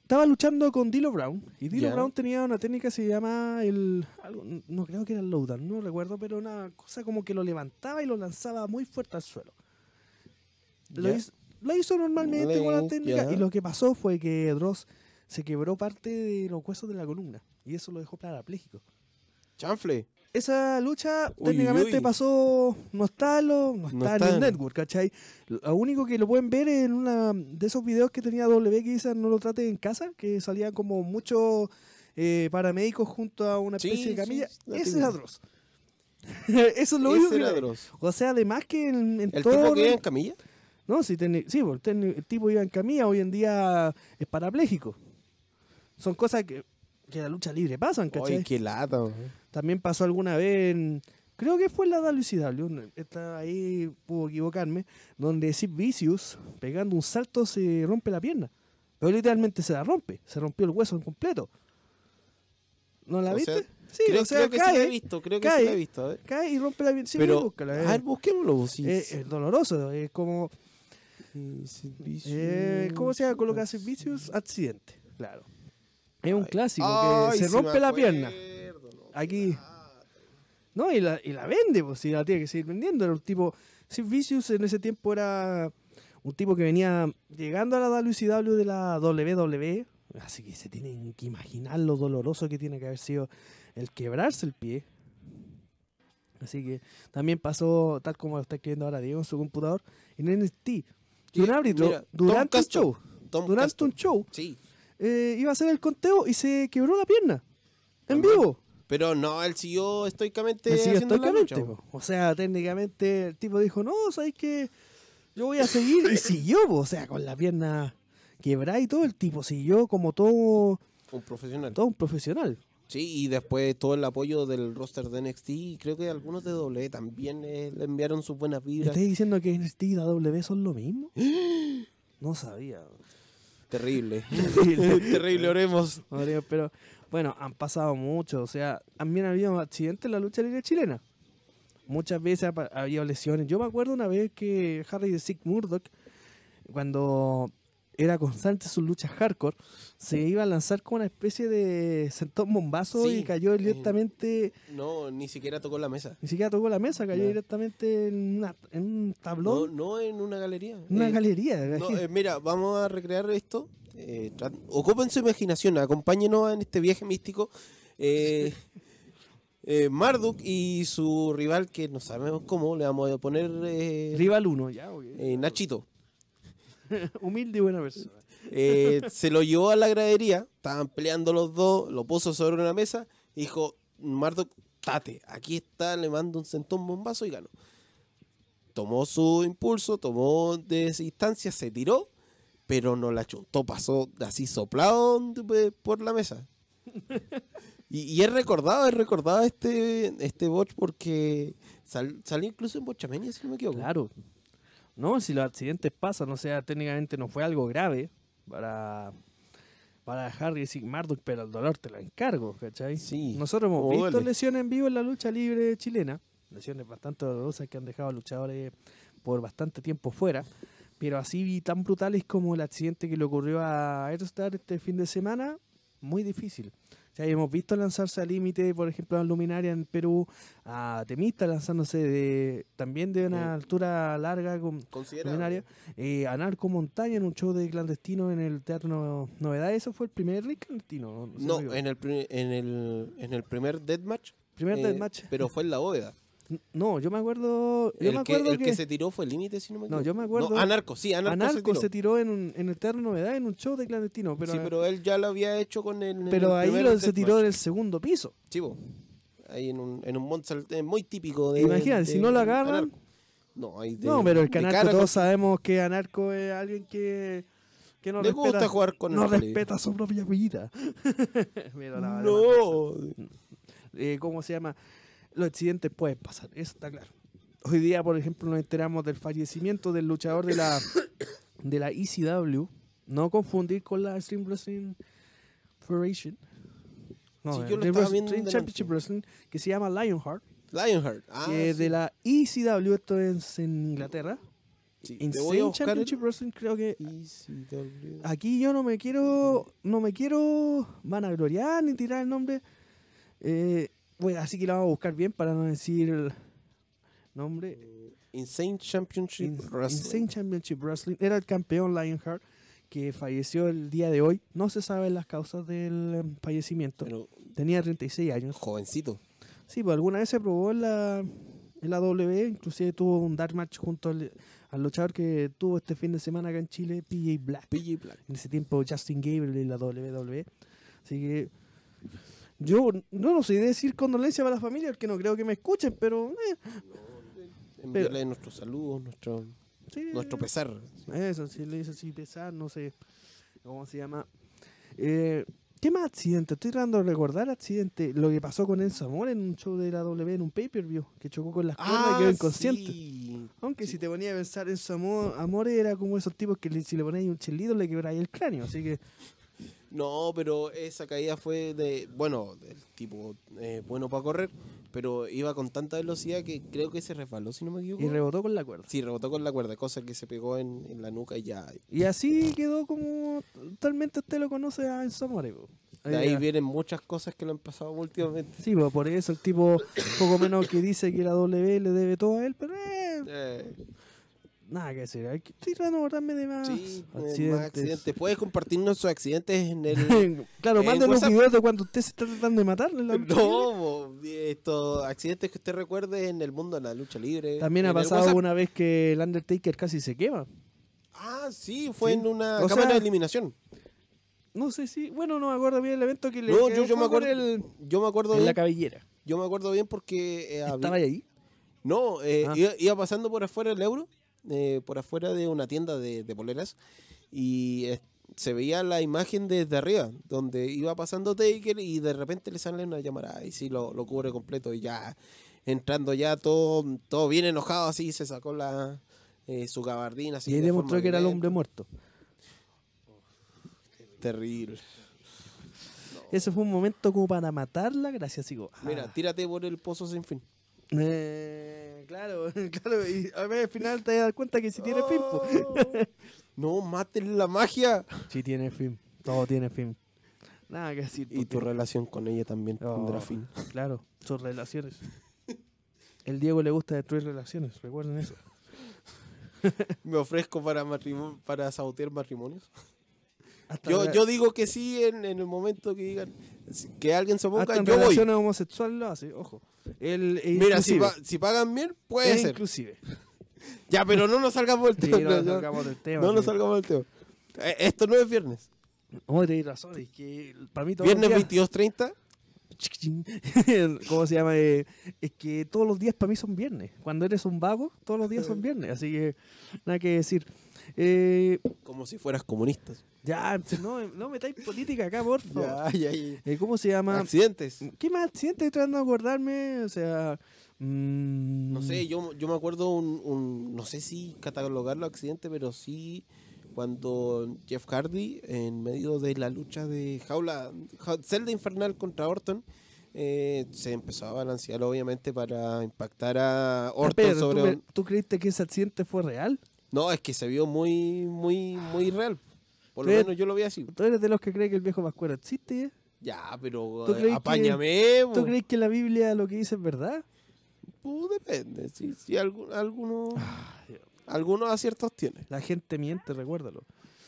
Estaba luchando con Dilo Brown. Y Dilo
Ya.
Brown tenía una técnica que se llama el... algo- no creo que era el lowdown, no recuerdo, pero una cosa como que lo levantaba y lo lanzaba muy fuerte al suelo. Lo
Ya.
hizo, lo hizo normalmente
Le-
con la técnica.
ya.
Y lo que pasó fue que Dross se quebró parte de los huesos de la columna. Y eso lo dejó parapléjico.
Chanfle.
Esa lucha
Uy, uy,
técnicamente
uy.
pasó. No está, en lo, no
No
está en
está
el
en-
network, ¿cachai? Lo único que lo pueden ver en una de esos videos que tenía W que dice no lo trate en casa, que salían como muchos eh, paramédicos junto a una
Sí,
especie de
sí,
camilla.
sí, la
Ese
tengo.
era Dross. eso es lo único
Ese
que
era
era.
Dross.
O sea, además que en, en
¿El
todo-
tipo que iba en camilla?
no, sí, teni- sí pues, teni- el tipo iba en camilla, hoy en día es parapléjico. Son cosas que, que en la lucha libre pasan, ¿cachai?
Ay, qué lata. man.
También pasó alguna vez en. Creo que fue en la WCW, no, está ahí puedo equivocarme, donde Sid Vicious, pegando un salto, se rompe la pierna. Pero literalmente se la rompe, se rompió el hueso en completo. ¿No la
O
viste?
sea,
sí,
creo,
o sea,
creo que sí la
cae,
he visto, creo que
cae.
sí la he visto. A ver.
cae y rompe la pierna. Sí,
pero,
búscala,
a
eh.
ver, busquémoslo. vos, sí,
Es-
sí,
es doloroso, es como
sí, sí, sí,
Eh,
sí.
¿Cómo se llama? Colocarse vicios, accidente. Claro. Es un
Ay.
clásico
Ay,
que se
sí
rompe
me
la
acuerdo,
pierna.
no, qué
Aquí.
lata.
No, y la, y la vende, pues si la tiene que seguir vendiendo. Era un tipo. Sid Vicious en ese tiempo era un tipo que venía llegando a la WCW de la WWE. Así que se tienen que imaginar lo doloroso que tiene que haber sido el quebrarse el pie. Así que también pasó, tal como lo está escribiendo ahora Diego en su computador, en NXT. Y un
Sí,
árbitro,
mira, Tom
durante un
Castor,
show,
Tom
durante
Castor.
un show,
Sí,
eh, iba a hacer el conteo y se quebró la pierna. En vivo.
Pero no, él siguió estoicamente
Él sigue
haciendo la
estoicamente,
lucha. po.
po. O sea, técnicamente el tipo dijo, no, ¿sabes qué? Yo voy a seguir. Y siguió, po. o sea, con la pierna quebrada y todo, el tipo siguió como todo,
Un profesional.
todo un profesional.
Sí, y después todo el apoyo del roster de NXT. y Creo que algunos de WWE también eh, le enviaron sus buenas
¿Me
vibras.
¿Estás diciendo que NXT y AW son lo mismo? No sabía.
Terrible.
Terrible.
Terrible, oremos.
Mario, Pero bueno, han pasado mucho. O sea, también ha habido accidentes en la lucha libre chilena. Muchas veces ha, pa- ha habido lesiones. Yo me acuerdo una vez que Harry de Sick Murdoch, cuando era constante sus luchas hardcore, se iba a lanzar con una especie de sentón bombazo
Sí,
y cayó
eh.
directamente,
No, ni siquiera tocó la mesa.
ni siquiera tocó la mesa, cayó
Ya.
directamente en, una- en un
No,
tablón,
no en una galería.
una
Eh,
galería.
No,
imagínate.
eh, mira, vamos a recrear esto. Eh, tra- ocupen su imaginación, acompáñenos en este viaje místico. Eh, eh, Marduk y su rival, que no sabemos cómo, le vamos a poner eh,
Rival 1, ya, ok.
eh, Nachito.
humilde y buena persona.
Eh, se lo llevó a la gradería, estaban peleando los dos, lo puso sobre una mesa, y dijo, Marduk, tate, aquí está, le mando un centón bombazo y ganó. Tomó su impulso, tomó de distancia, se tiró, pero no la chuntó, pasó así soplado eh, por la mesa. Y, y es recordado, es recordado este, este botch porque sal- salió incluso en Bochamenia, si no me equivoco.
Claro. No, si los accidentes pasan, o sea, técnicamente no fue algo grave para, para Harry y Marduk, pero el dolor te lo encargo, ¿cachai?
Sí, Oh,
Nosotros hemos
como
visto
duele.
lesiones en vivo en la lucha libre chilena, lesiones bastante dolorosas que han dejado a luchadores por bastante tiempo fuera, pero así tan brutales como el accidente que le ocurrió a Aerostar este fin de semana, muy difícil. O sea, hemos visto lanzarse al límite, por ejemplo, a Luminaria en Perú, a Temista lanzándose de, también de una altura larga con
Considera-
Luminaria, eh, a Narco Montaña en un show de clandestino en el Teatro No- Novedad. ¿Eso fue el primer Rick clandestino? Si
No,
me equivoco.
en el, pri- en el, en el primer deathmatch.
Primer
eh,
deathmatch.
Pero fue en la bóveda.
N- No, yo me acuerdo. Yo
el,
me
que,
acuerdo
el
que,
que se tiró fue el límite, si no me
No,
equivoco.
yo me acuerdo-
Anarco, sí, Anarco,
Anarco
se tiró.
en, un- en el Teatro Novedad en un show de clandestino, pero,
sí, pero él ya lo había hecho con el. en
pero
el
ahí
primer
lo, se
deathmatch.
tiró del segundo piso.
Chivo. Ahí en un, en un Monsal- eh, muy típico de.
Imagínate,
de-
si no lo
de
agarran-
Anarco. No, ahí de-
no, pero el
de
canal
cara
todos sabemos que Anarco es alguien que, que no
Le
respeta,
gusta jugar con
no
el peligro.
respeta su propia vida. Mira, la- la-
con- No.
eh, ¿cómo se llama? Los accidentes pueden pasar, eso está claro. Hoy día, por ejemplo, nos enteramos del fallecimiento del luchador de la, de la ECW. No confundir con la Extreme Wrestling Federation. No,
Sí,
eh,
yo lo
de
estaba
Wrestling-
viendo delante.
Championship Wrestling, que se llama Lionheart,
Lionheart. Ah,
que es
sí,
de la ECW, esto es en Inglaterra.
sí. Te voy a
Insane
buscar el-
Championship Ah, Wrestling, creo que
ECW.
aquí yo no me quiero no me quiero vanagloriar ni tirar el nombre Eh, bueno así que lo vamos a buscar bien para no decir el nombre
Insane Championship
In-
Wrestling.
Insane Championship Wrestling era el campeón Lionheart que falleció el día de hoy no se saben las causas del em, fallecimiento
Pero,
tenía 36 años
jovencito.
sí pues alguna vez se probó en la en la W inclusive tuvo un dark match junto al, al luchador que tuvo este fin de semana acá en Chile PJ Black
PG Black.
en ese tiempo Justin Gabriel en la WWE. Así que yo no, no sé decir condolencia para la familia porque no creo que me escuchen, pero eh,
Enviarle nuestros saludos, nuestro,
sí,
nuestro pesar.
Eso, si le dice así pesar, no sé cómo se llama. Eh, ¿Qué más accidente? Estoy tratando de recordar accidente. Lo que pasó con Enzo Amor en un show de la W en un pay-per-view que chocó con las cuerdas y quedó inconsciente.
Ah, sí.
Aunque
Sí.
si te ponía a pensar en su amor, amor era como esos tipos que le- si le ponéis un chelido le quebráis el cráneo. Así que
No, pero esa caída fue de, bueno, del tipo eh, bueno para correr, pero iba con tanta velocidad que creo que se resbaló, si no me equivoco.
y rebotó con la cuerda.
sí, rebotó con la cuerda, cosa que se pegó en, en la nuca y ya.
Y así quedó como totalmente usted lo conoce a Enzo Amore. po.
De ahí
Eh,
vienen muchas cosas que lo han pasado últimamente.
Sí, po, por eso el tipo poco menos que dice que la W le debe todo a él, pero eh,
Eh,
nada que decir. hay que- Estoy tratando de acordarme de más
sí, eh,
accidentes.
más accidentes. Puedes compartirnos sus accidentes en el...
claro,
En
mándenos
WhatsApp.
videos de cuando usted se está tratando de matar. en la lucha libre.
No, estos accidentes que usted recuerde en el mundo de la lucha libre.
También ha
eh, en el
pasado
WhatsApp.
una vez que el Undertaker casi se quema.
Ah, sí, fue
Sí.
en una
O
cámara
sea-
de eliminación.
No sé si. Bueno, no me acuerdo bien el evento que le.
No,
que
yo, yo me
fue con
acuerdo,
el-
yo me acuerdo
En la
bien,
cabellera.
yo me acuerdo bien porque eh, había-
¿Estaba ahí?
No, eh,
Ah.
iba, iba pasando por afuera el euro, eh, por afuera de una tienda de, de poleras, y eh, se veía la imagen desde arriba, donde iba pasando Taker y de repente le sale una llamarada y sí, lo, lo cubre completo y ya, entrando ya todo, todo bien enojado así, se sacó la eh, su gabardina. Así
Y ahí
de forma
demostró que era el
violenta.
hombre muerto.
Terrible.
Ese fue un momento como para matarla, gracias, sigo.
ah.
Mira, tírate por el pozo sin fin.
Eh, claro, claro. Y a ver, al final te das cuenta que si tiene fin. po.
Oh. no, maten la magia.
Sí tiene fin. Todo tiene fin. Nada que decir.
Y tu
porque-
relación con ella también tendrá
Oh,
fin.
Claro, sus relaciones. El Diego le gusta destruir relaciones, recuerden eso.
Me ofrezco para matrimonio, para sabotear matrimonios.
Hasta
Yo,
rela-
yo digo que sí en, en el momento que digan si- que alguien se
hasta
oponga,
en
yo voy.
relaciones homosexuales lo hace, ojo. El, e
Mira, si,
inclusive.
pa- si pagan bien, puede
Es
ser.
inclusive.
Ya, pero no nos salgamos del
Sí,
tema.
no
no,
nos
no,
salgamos del tema.
no nos
sí.
salgamos del tema. Eh, Esto no es viernes.
Oh, tenéis razón, es que para mí todos los
Viernes
días-
22.30.
Chiquichín. ¿Cómo se llama? Eh, es que todos los días para mí son viernes. Cuando eres un vago, todos los días son viernes. Así que nada que decir. Eh,
Como si fueras comunista.
ya, no, no metáis política acá, por favor.
Ya, ya, ya.
Eh, ¿Cómo se llama?
Accidentes.
¿Qué más accidente estoy tratando de acordarme? O sea. mm,
No sé, yo, yo me acuerdo un, un- No sé si catalogarlo accidente, pero sí cuando Jeff Hardy, en medio de la lucha de Jaula. Ja- Celda Infernal contra Orton. eh, se empezó a balancear obviamente para impactar a Orton
Pedro, ¿tú
sobre
me-
un-
¿tú creíste que ese accidente fue real?
no es que se vio muy muy muy real por lo
Pero-
menos yo lo vi así
¿Tú eres de los que cree que el viejo Pascuero existe? eh?
ya pero
¿Tú
eh,
crees que-
apáñame pues.
¿Tú
bo.
crees que la Biblia lo que dice es verdad?
Uh, depende si si algu- algunos
Ah,
algunos aciertos tiene
La gente miente, recuérdalo.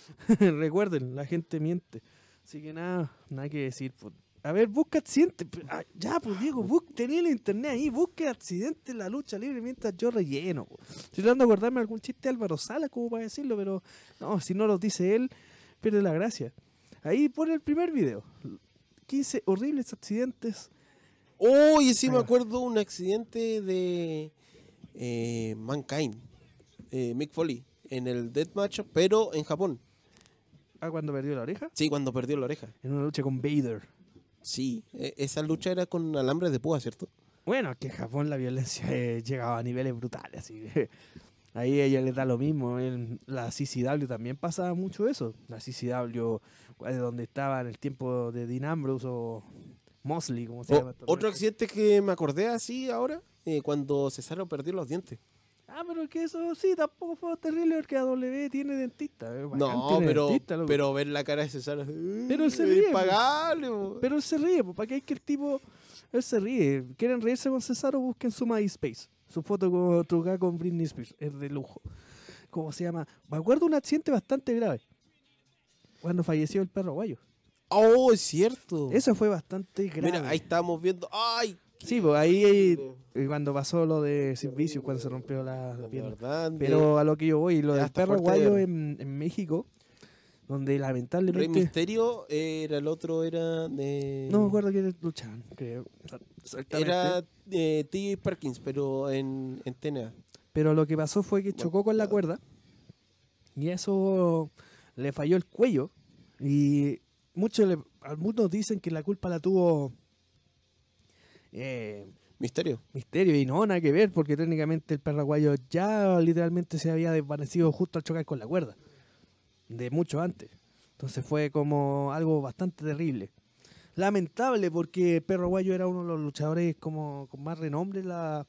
Recuerden, la gente miente. Así que nada, nada que decir. po. A ver, busca accidente. pe- ah, Ya, pues Diego, busca, tenía el internet ahí, busca accidente en la lucha libre mientras yo relleno. po. Estoy tratando de acordarme algún chiste de Álvaro Sala, como para decirlo, pero no, si no lo dice él, pierde la gracia. Ahí pone el primer video. 15 horribles accidentes.
Uy, sí me
Ahí va.
acuerdo un accidente de eh, Mankind, eh, Mick Foley, en el Deathmatch, pero en Japón.
Ah, cuando perdió la oreja.
Sí, cuando perdió la oreja.
En una lucha con Vader.
Sí, e- esa lucha era con alambres de púa, ¿cierto?
Bueno, es que en Japón la violencia eh, llegaba a niveles brutales, así que ahí a ella le da lo mismo. En la CCW también pasaba mucho eso. La CCW, eh, donde estaba en el tiempo de Dean Ambrose o Mosley, como se
O-
llama. esta
otro
persona.
accidente que me acordé así ahora, eh, cuando Cesaro perdió los dientes.
Ah, pero que eso sí, tampoco fue terrible porque AW tiene dentista. eh, bacán,
No,
tiene
pero,
dentista, loco.
pero ver la cara de Cesaro.
Pero él se
"Eh,
ríe, pues".
impagable, bo".
Pero él se ríe, pues, ¿para qué hay que el tipo... Él se ríe. ¿Quieren reírse con Cesaro? Busquen su MySpace. Su foto con, trucada con Britney Spears. Es de lujo. ¿Cómo se llama? Me acuerdo un accidente bastante grave. Cuando falleció el perro guayo.
Oh, es cierto.
Eso fue bastante grave.
Mira, ahí estábamos viendo. ¡Ay!
Sí, pues ahí, ahí- eh, cuando pasó lo de Silvicio, cuando se rompió la, la
La
pierna.
verdad, de
Pero a lo que yo voy, lo
Ya
del
está
perro
fuerte de
guayo
ver.
en, en México, donde
Rey
lamentablemente...
Misterio era el otro, era de.
No me acuerdo quiénes luchaban, creo. Exactamente.
Era eh, TJ Perkins, pero en, en TNA.
Pero lo que pasó fue que chocó con la cuerda y eso le falló el cuello. Y muchos le- algunos dicen que la culpa la tuvo eh,
Misterio.
Misterio y no, nada que ver, porque técnicamente el paraguayo ya literalmente se había desvanecido justo al chocar con la cuerda, de mucho antes. Entonces fue como algo bastante terrible. Lamentable porque Perro Guayo era uno de los luchadores como con más renombre en la,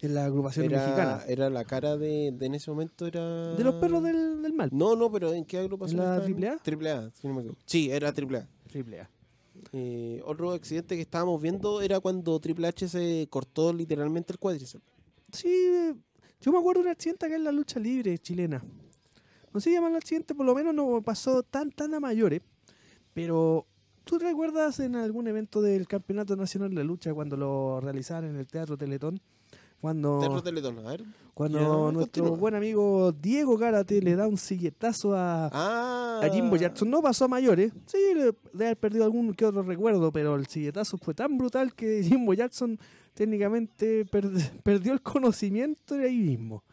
en la agrupación mexicana.
Era, era la cara de, de en ese momento era.
De los perros del, del mal.
No, no, pero ¿en qué agrupación?
¿En la
estaban?
AAA?
Triple A, si no me equivoco. Sí, era Triple A.
Triple A.
Eh, otro accidente que estábamos viendo era cuando Triple H se cortó literalmente el cuádriceps.
Sí, yo me acuerdo de un accidente acá en la lucha libre chilena. No sé llamarlo accidente, por lo menos no pasó tan, tan a mayores. Pero, ¿tú recuerdas en algún evento del Campeonato Nacional de Lucha cuando lo realizaban en el Teatro Teletón? Cuando,
Teatro Teletón, a ver.
Cuando
Ya,
nuestro
continúa.
buen amigo Diego Gárate le da un silletazo a,
Ah.
a Jimbo Jackson. No pasó a mayores. Sí, le- de haber perdido algún que otro recuerdo, pero el silletazo fue tan brutal que Jimbo Jackson técnicamente per- perdió el conocimiento de ahí mismo.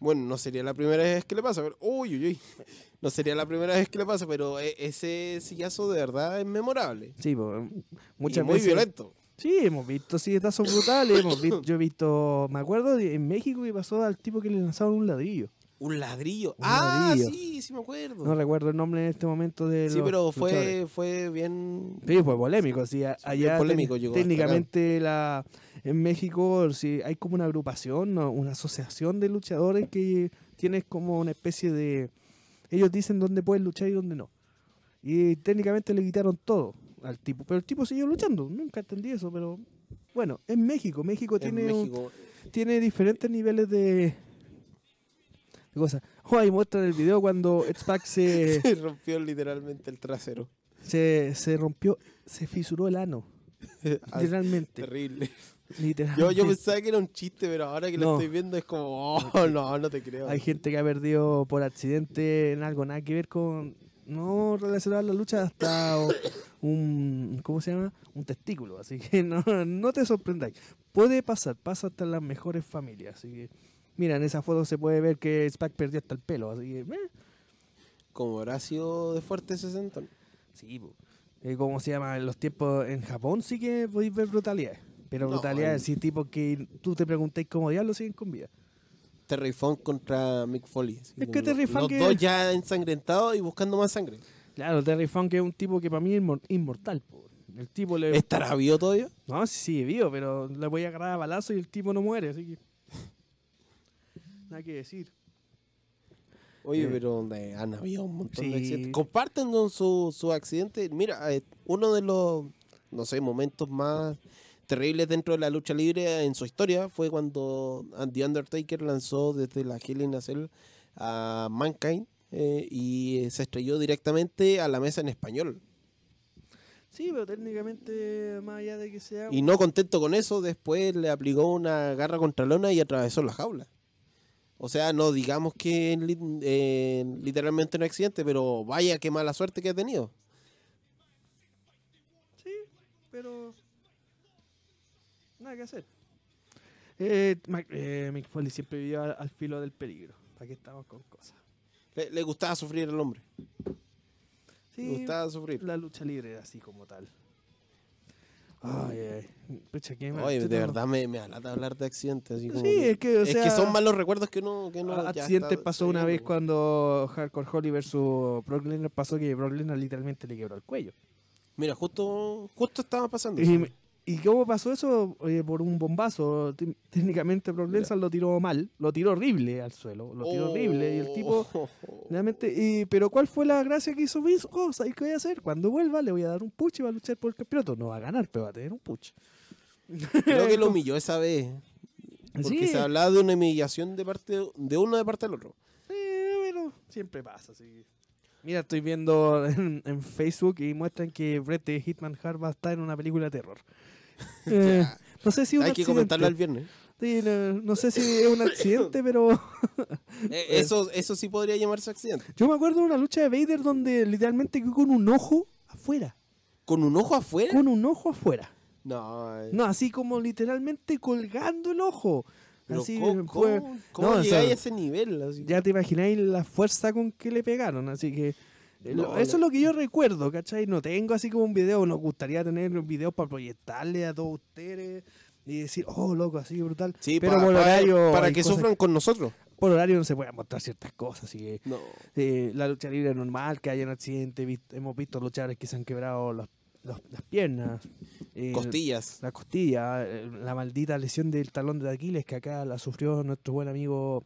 Bueno, no sería la primera vez que le pasa, pero. Uy, uy, uy. No sería la primera vez que le pasa, pero e- ese sillazo de verdad es memorable.
Sí, po, em,
Muchas
muchas
y muy
veces-
violento.
Sí, hemos visto silletazos brutales. hemos visto, yo he visto, me acuerdo de- en México que pasó al tipo que le lanzaron un ladrillo.
Un ladrillo.
Un
ah,
ladrillo.
sí, sí me acuerdo.
No recuerdo el nombre en este momento de
sí,
los
pero
luchadores.
fue, fue bien.
Sí, fue polémico. Sí, a-
Sí,
allá
bien polémico
tec-
llegó hasta
técnicamente la, en México sí, hay como una agrupación, ¿no? una asociación de luchadores que tienes como una especie de... Ellos dicen dónde puedes luchar y dónde no. Y técnicamente le quitaron todo al tipo. Pero el tipo siguió luchando. Nunca entendí eso, pero... Bueno, en México. México
En
tiene, un-
México.
tiene diferentes niveles de... de cosas. Oh, ahí muestran el video cuando X-Pac se...
Se rompió literalmente el trasero.
se, se rompió, se fisuró el ano.
Ah,
Literalmente.
Terrible.
literalmente.
Yo, yo pensaba que era un chiste, pero ahora que
No.
lo estoy viendo es como, oh, no, no te creo.
Hay gente que ha perdido por accidente en algo, nada que ver con. No relacionado a la lucha hasta o- un. ¿Cómo se llama? Un testículo. Así que no, no te sorprendáis. Puede pasar, pasa hasta en las mejores familias. Así que. Mira, en esa foto se puede ver que Spack perdió hasta el pelo. Así que. eh,
Como Horacio de Fuerte 60.
Sí, po. Eh, ¿Cómo se llama? En los tiempos en Japón sí que podéis ver brutalidades. Pero
No,
brutalidades,
en-
sí, tipo que tú te preguntáis cómo diablos siguen con vida.
Terry Funk contra Mick Foley.
Es
así como
que
lo-
Terry Funk
Los
es-
dos ya ensangrentados y buscando más sangre.
Claro, Terry Funk es un tipo que para mí es inmor- inmortal. po. El tipo le.
¿Estará vivo todavía?
No, sí, sí, vivo, pero le voy a agarrar a balazo y el tipo no muere, así que. Nada que decir.
Oye,
Eh.
pero donde han habido un montón
Sí.
de accidentes. Comparten con su, su accidente. Mira, eh, uno de los, no sé, momentos más terribles dentro de la lucha libre en su historia fue cuando The Undertaker lanzó desde la Hell in a Cell a Mankind eh, y se estrelló directamente a la mesa en español.
Sí, pero técnicamente, más allá de que sea.
Y no contento con eso, después le aplicó una garra contra lona y atravesó la jaula. O sea, no digamos que li- eh, literalmente un accidente, pero vaya qué mala suerte que ha tenido.
Sí, pero. Nada que hacer. Eh, Mac- eh, Mick Foley siempre vivió al, al filo del peligro. ¿Para qué estamos con cosas?
Le, le gustaba sufrir al hombre.
Sí,
Le gustaba sufrir.
la lucha libre así como tal. Ay, ay. Pucha, qué mal.
Oye, de
Estoy-
verdad me, me alata hablar de accidentes. Así como
Sí,
que-
es que, o
es
sea,
que son malos recuerdos que uno. Que uno
A-
ya
accidente
está-
pasó
está
una
viendo,
vez
po.
cuando Hardcore Holly versus Brock Lesnar pasó que Brock Lesnar literalmente le quebró el cuello.
Mira, justo, justo estaba pasando.
Y, me- ¿y cómo pasó eso? Eh, por un bombazo. Té- Técnicamente Brock
Mira.
Lesnar lo tiró mal, lo tiró horrible al suelo, lo tiró
Oh,
horrible y el tipo...
oh, oh.
Realmente, y- pero ¿cuál fue la gracia que hizo Vince? Oh, ¿sabes qué voy a hacer? Cuando vuelva le voy a dar un push y va a luchar por el campeonato. No va a ganar, pero va a tener un push.
Creo que lo humilló esa vez. Porque
Sí.
se hablaba de una humillación de parte de uno de parte del otro.
Eh, bueno, siempre pasa, así que- Mira, estoy viendo en, en Facebook y muestran que Brett de Hitman Hart va a estar en una película de terror. Eh, no sé si es un
Hay que comentarlo el
accidente.
viernes.
Sí, no, no sé si es un accidente, pero
Eh, eso, eso sí podría llamarse accidente.
yo me acuerdo de una lucha de Vader donde literalmente quedó con un ojo afuera,
¿Con un ojo afuera?
con un ojo afuera.
No, eh,
No, así como literalmente colgando el ojo.
pero
Así pues,
¿cómo,
fue-
cómo- cómo
no, o
llegáis
sea,
a ese nivel? Así?
ya te imagináis la fuerza con que le pegaron, así que eh, lo-
No,
eso es
no.
lo que yo recuerdo, ¿cachai? No tengo así como un video, nos gustaría tener un video para proyectarle a todos ustedes y decir, oh, loco, así brutal.
Sí,
pero
para,
por
para-
horario
para
hay
que
cosas-
sufran con nosotros.
Por horario no se pueden mostrar ciertas cosas, así que
No.
eh, la lucha libre es normal, que haya un accidente, vi- hemos visto luchadores que se han quebrado los- los- las piernas. eh,
Costillas.
la costilla, eh, la maldita lesión del talón de Aquiles que acá la sufrió nuestro buen amigo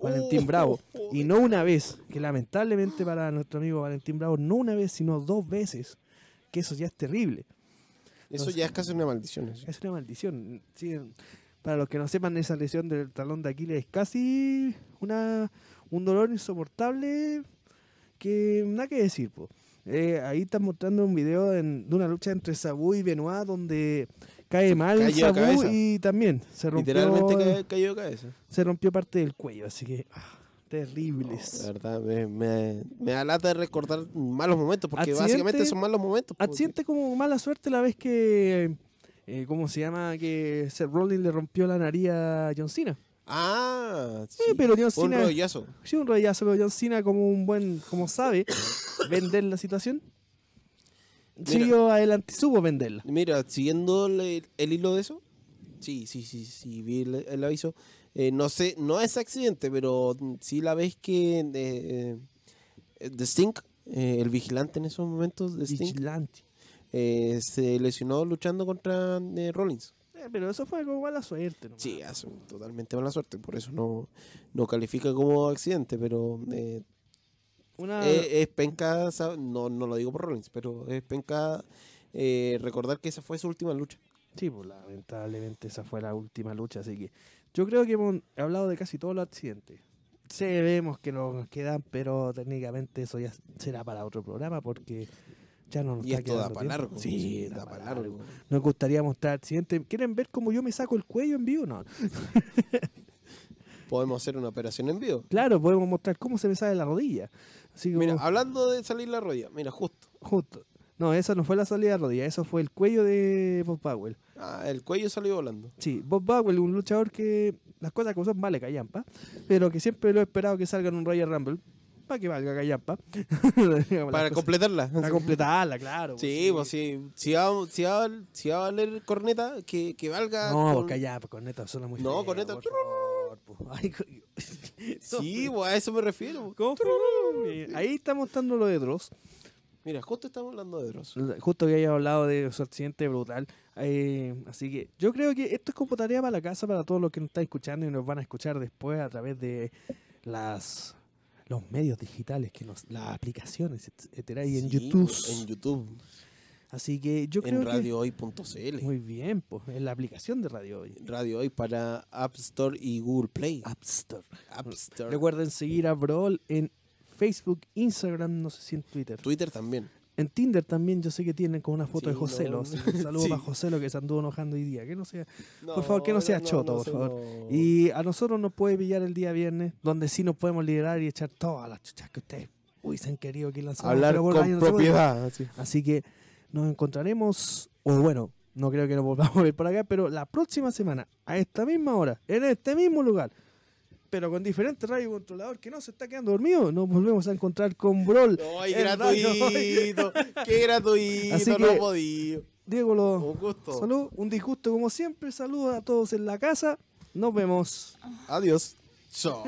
Valentín
Oh,
Bravo.
joder.
Y no una vez, que lamentablemente para nuestro amigo Valentín Bravo, no una vez, sino dos veces, que eso ya es terrible.
Eso ya es casi una maldición. así.
Es una maldición. sí. Para los que no sepan, esa lesión del talón de Aquiles es casi una, un dolor insoportable que nada que decir. po. Eh, ahí están mostrando un video en- de una lucha entre Sabu y Benoit donde cae mal
cayó de
Sabu
cabeza.
y también se rompió,
Literalmente ca- cayó de cabeza.
se rompió parte del cuello, así que ah, terribles.
La verdad, me, me, me da lata de recordar malos momentos, porque
Accidente-
básicamente son malos momentos. pues, po.
Ah, Siente como mala suerte la vez que, eh, ¿cómo se llama? Que Seth Rollins le rompió la nariz a John Cena.
Ah, sí,
Sí, pero John
un
Cena,
rollazo.
sí, un rodillazo, pero John Cena como un buen, como sabe vender la situación, siguió adelante, y supo venderla.
Mira, siguiendo el, el hilo de eso, sí, sí, sí, sí, vi el, el aviso. Eh, no sé, no es accidente, pero sí la vez que eh, eh, The Stink, eh, el vigilante en esos momentos, The Stink,
Vigilante.
eh, se lesionó luchando contra eh, Rollins.
Eh, pero eso fue como mala suerte. nomás.
Sí, hace un- totalmente mala suerte, por eso no, no califica como accidente, pero eh,
Una,
eh, es penca, sa- no, no lo digo por Rollins, pero es penca eh, recordar que esa fue su última lucha.
Sí, pues lamentablemente esa fue la última lucha, así que yo creo que hemos hablado de casi todos los accidentes. Sí, vemos que nos quedan, pero técnicamente eso ya será para otro programa porque ya no nos
Y
está
esto da
quedando
para
tiempo.
largo.
Sí, da para largo.
largo.
Nos gustaría mostrar accidentes. ¿Quieren ver cómo yo me saco el cuello en vivo? No.
Podemos hacer una operación en vivo.
Claro, podemos mostrar cómo se me sale la rodilla. Así como,
Mira, ah, hablando de salir la rodilla, mira, justo.
justo. No, esa no fue la salida de la rodilla, eso fue el cuello de Bob Powell.
Ah, el cuello salió volando.
Sí, Bob Bowell, un luchador que las cosas como son vale callampa, pero que siempre lo he esperado que salga en un Royal Rumble, para que valga callampa. Digamos las
Para
cosas.
completarla.
Para completarla, claro. pues,
Sí, pues sí. Si va, si va, si va a valer corneta, que, que valga.
No, pues,
con-
callampa, corneta, suena muy
No,
feo,
corneta.
por favor, po. Ay, co-
Sí, pues a eso me refiero.
¿Cómo? Ahí está mostrando lo de Dross.
Mira, justo estamos hablando de Dross.
Justo que haya hablado de su accidente brutal. Eh, así que yo creo que esto es como tarea para la casa, para todos los que nos están escuchando y nos van a escuchar después a través de las los medios digitales, que nos, las aplicaciones, etcétera, y en
Sí,
YouTube.
En YouTube.
Así que yo creo
en
que.
radiohoy.cl.
Muy bien, pues, en la aplicación de Radio Hoy.
Radio Hoy para App Store y Google Play.
App Store.
App Store.
Recuerden seguir a Brawl en Facebook, Instagram, no sé si en Twitter.
Twitter también.
En Tinder también yo sé que tienen con una foto de
Sí,
Joselo.
no.
así que Saludos
Sí.
para Joselo que se anduvo enojando hoy día. Que no sea Por favor, que no sea choto, por
sé,
favor.
no.
Y a nosotros nos puede pillar el día viernes, donde sí nos podemos liberar y echar todas las chuchas que ustedes hubiesen querido que lanzamos.
Hablar
pero por radio
con
no se puede.
propiedad. así.
Así que nos encontraremos, o bueno, no creo que nos volvamos a ver por acá, pero la próxima semana, a esta misma hora, en este mismo lugar, pero con diferente radio controlador que no se está quedando dormido, nos volvemos a encontrar con Brol.
¡Ay,
en Radio Hoy.
gratuito! ¡Qué gratuito!
Así
no
que-
podía.
Diego, lo,
Un gusto.
salud, un disgusto como siempre, saludos a todos en la casa, nos vemos.
Adiós. Chao.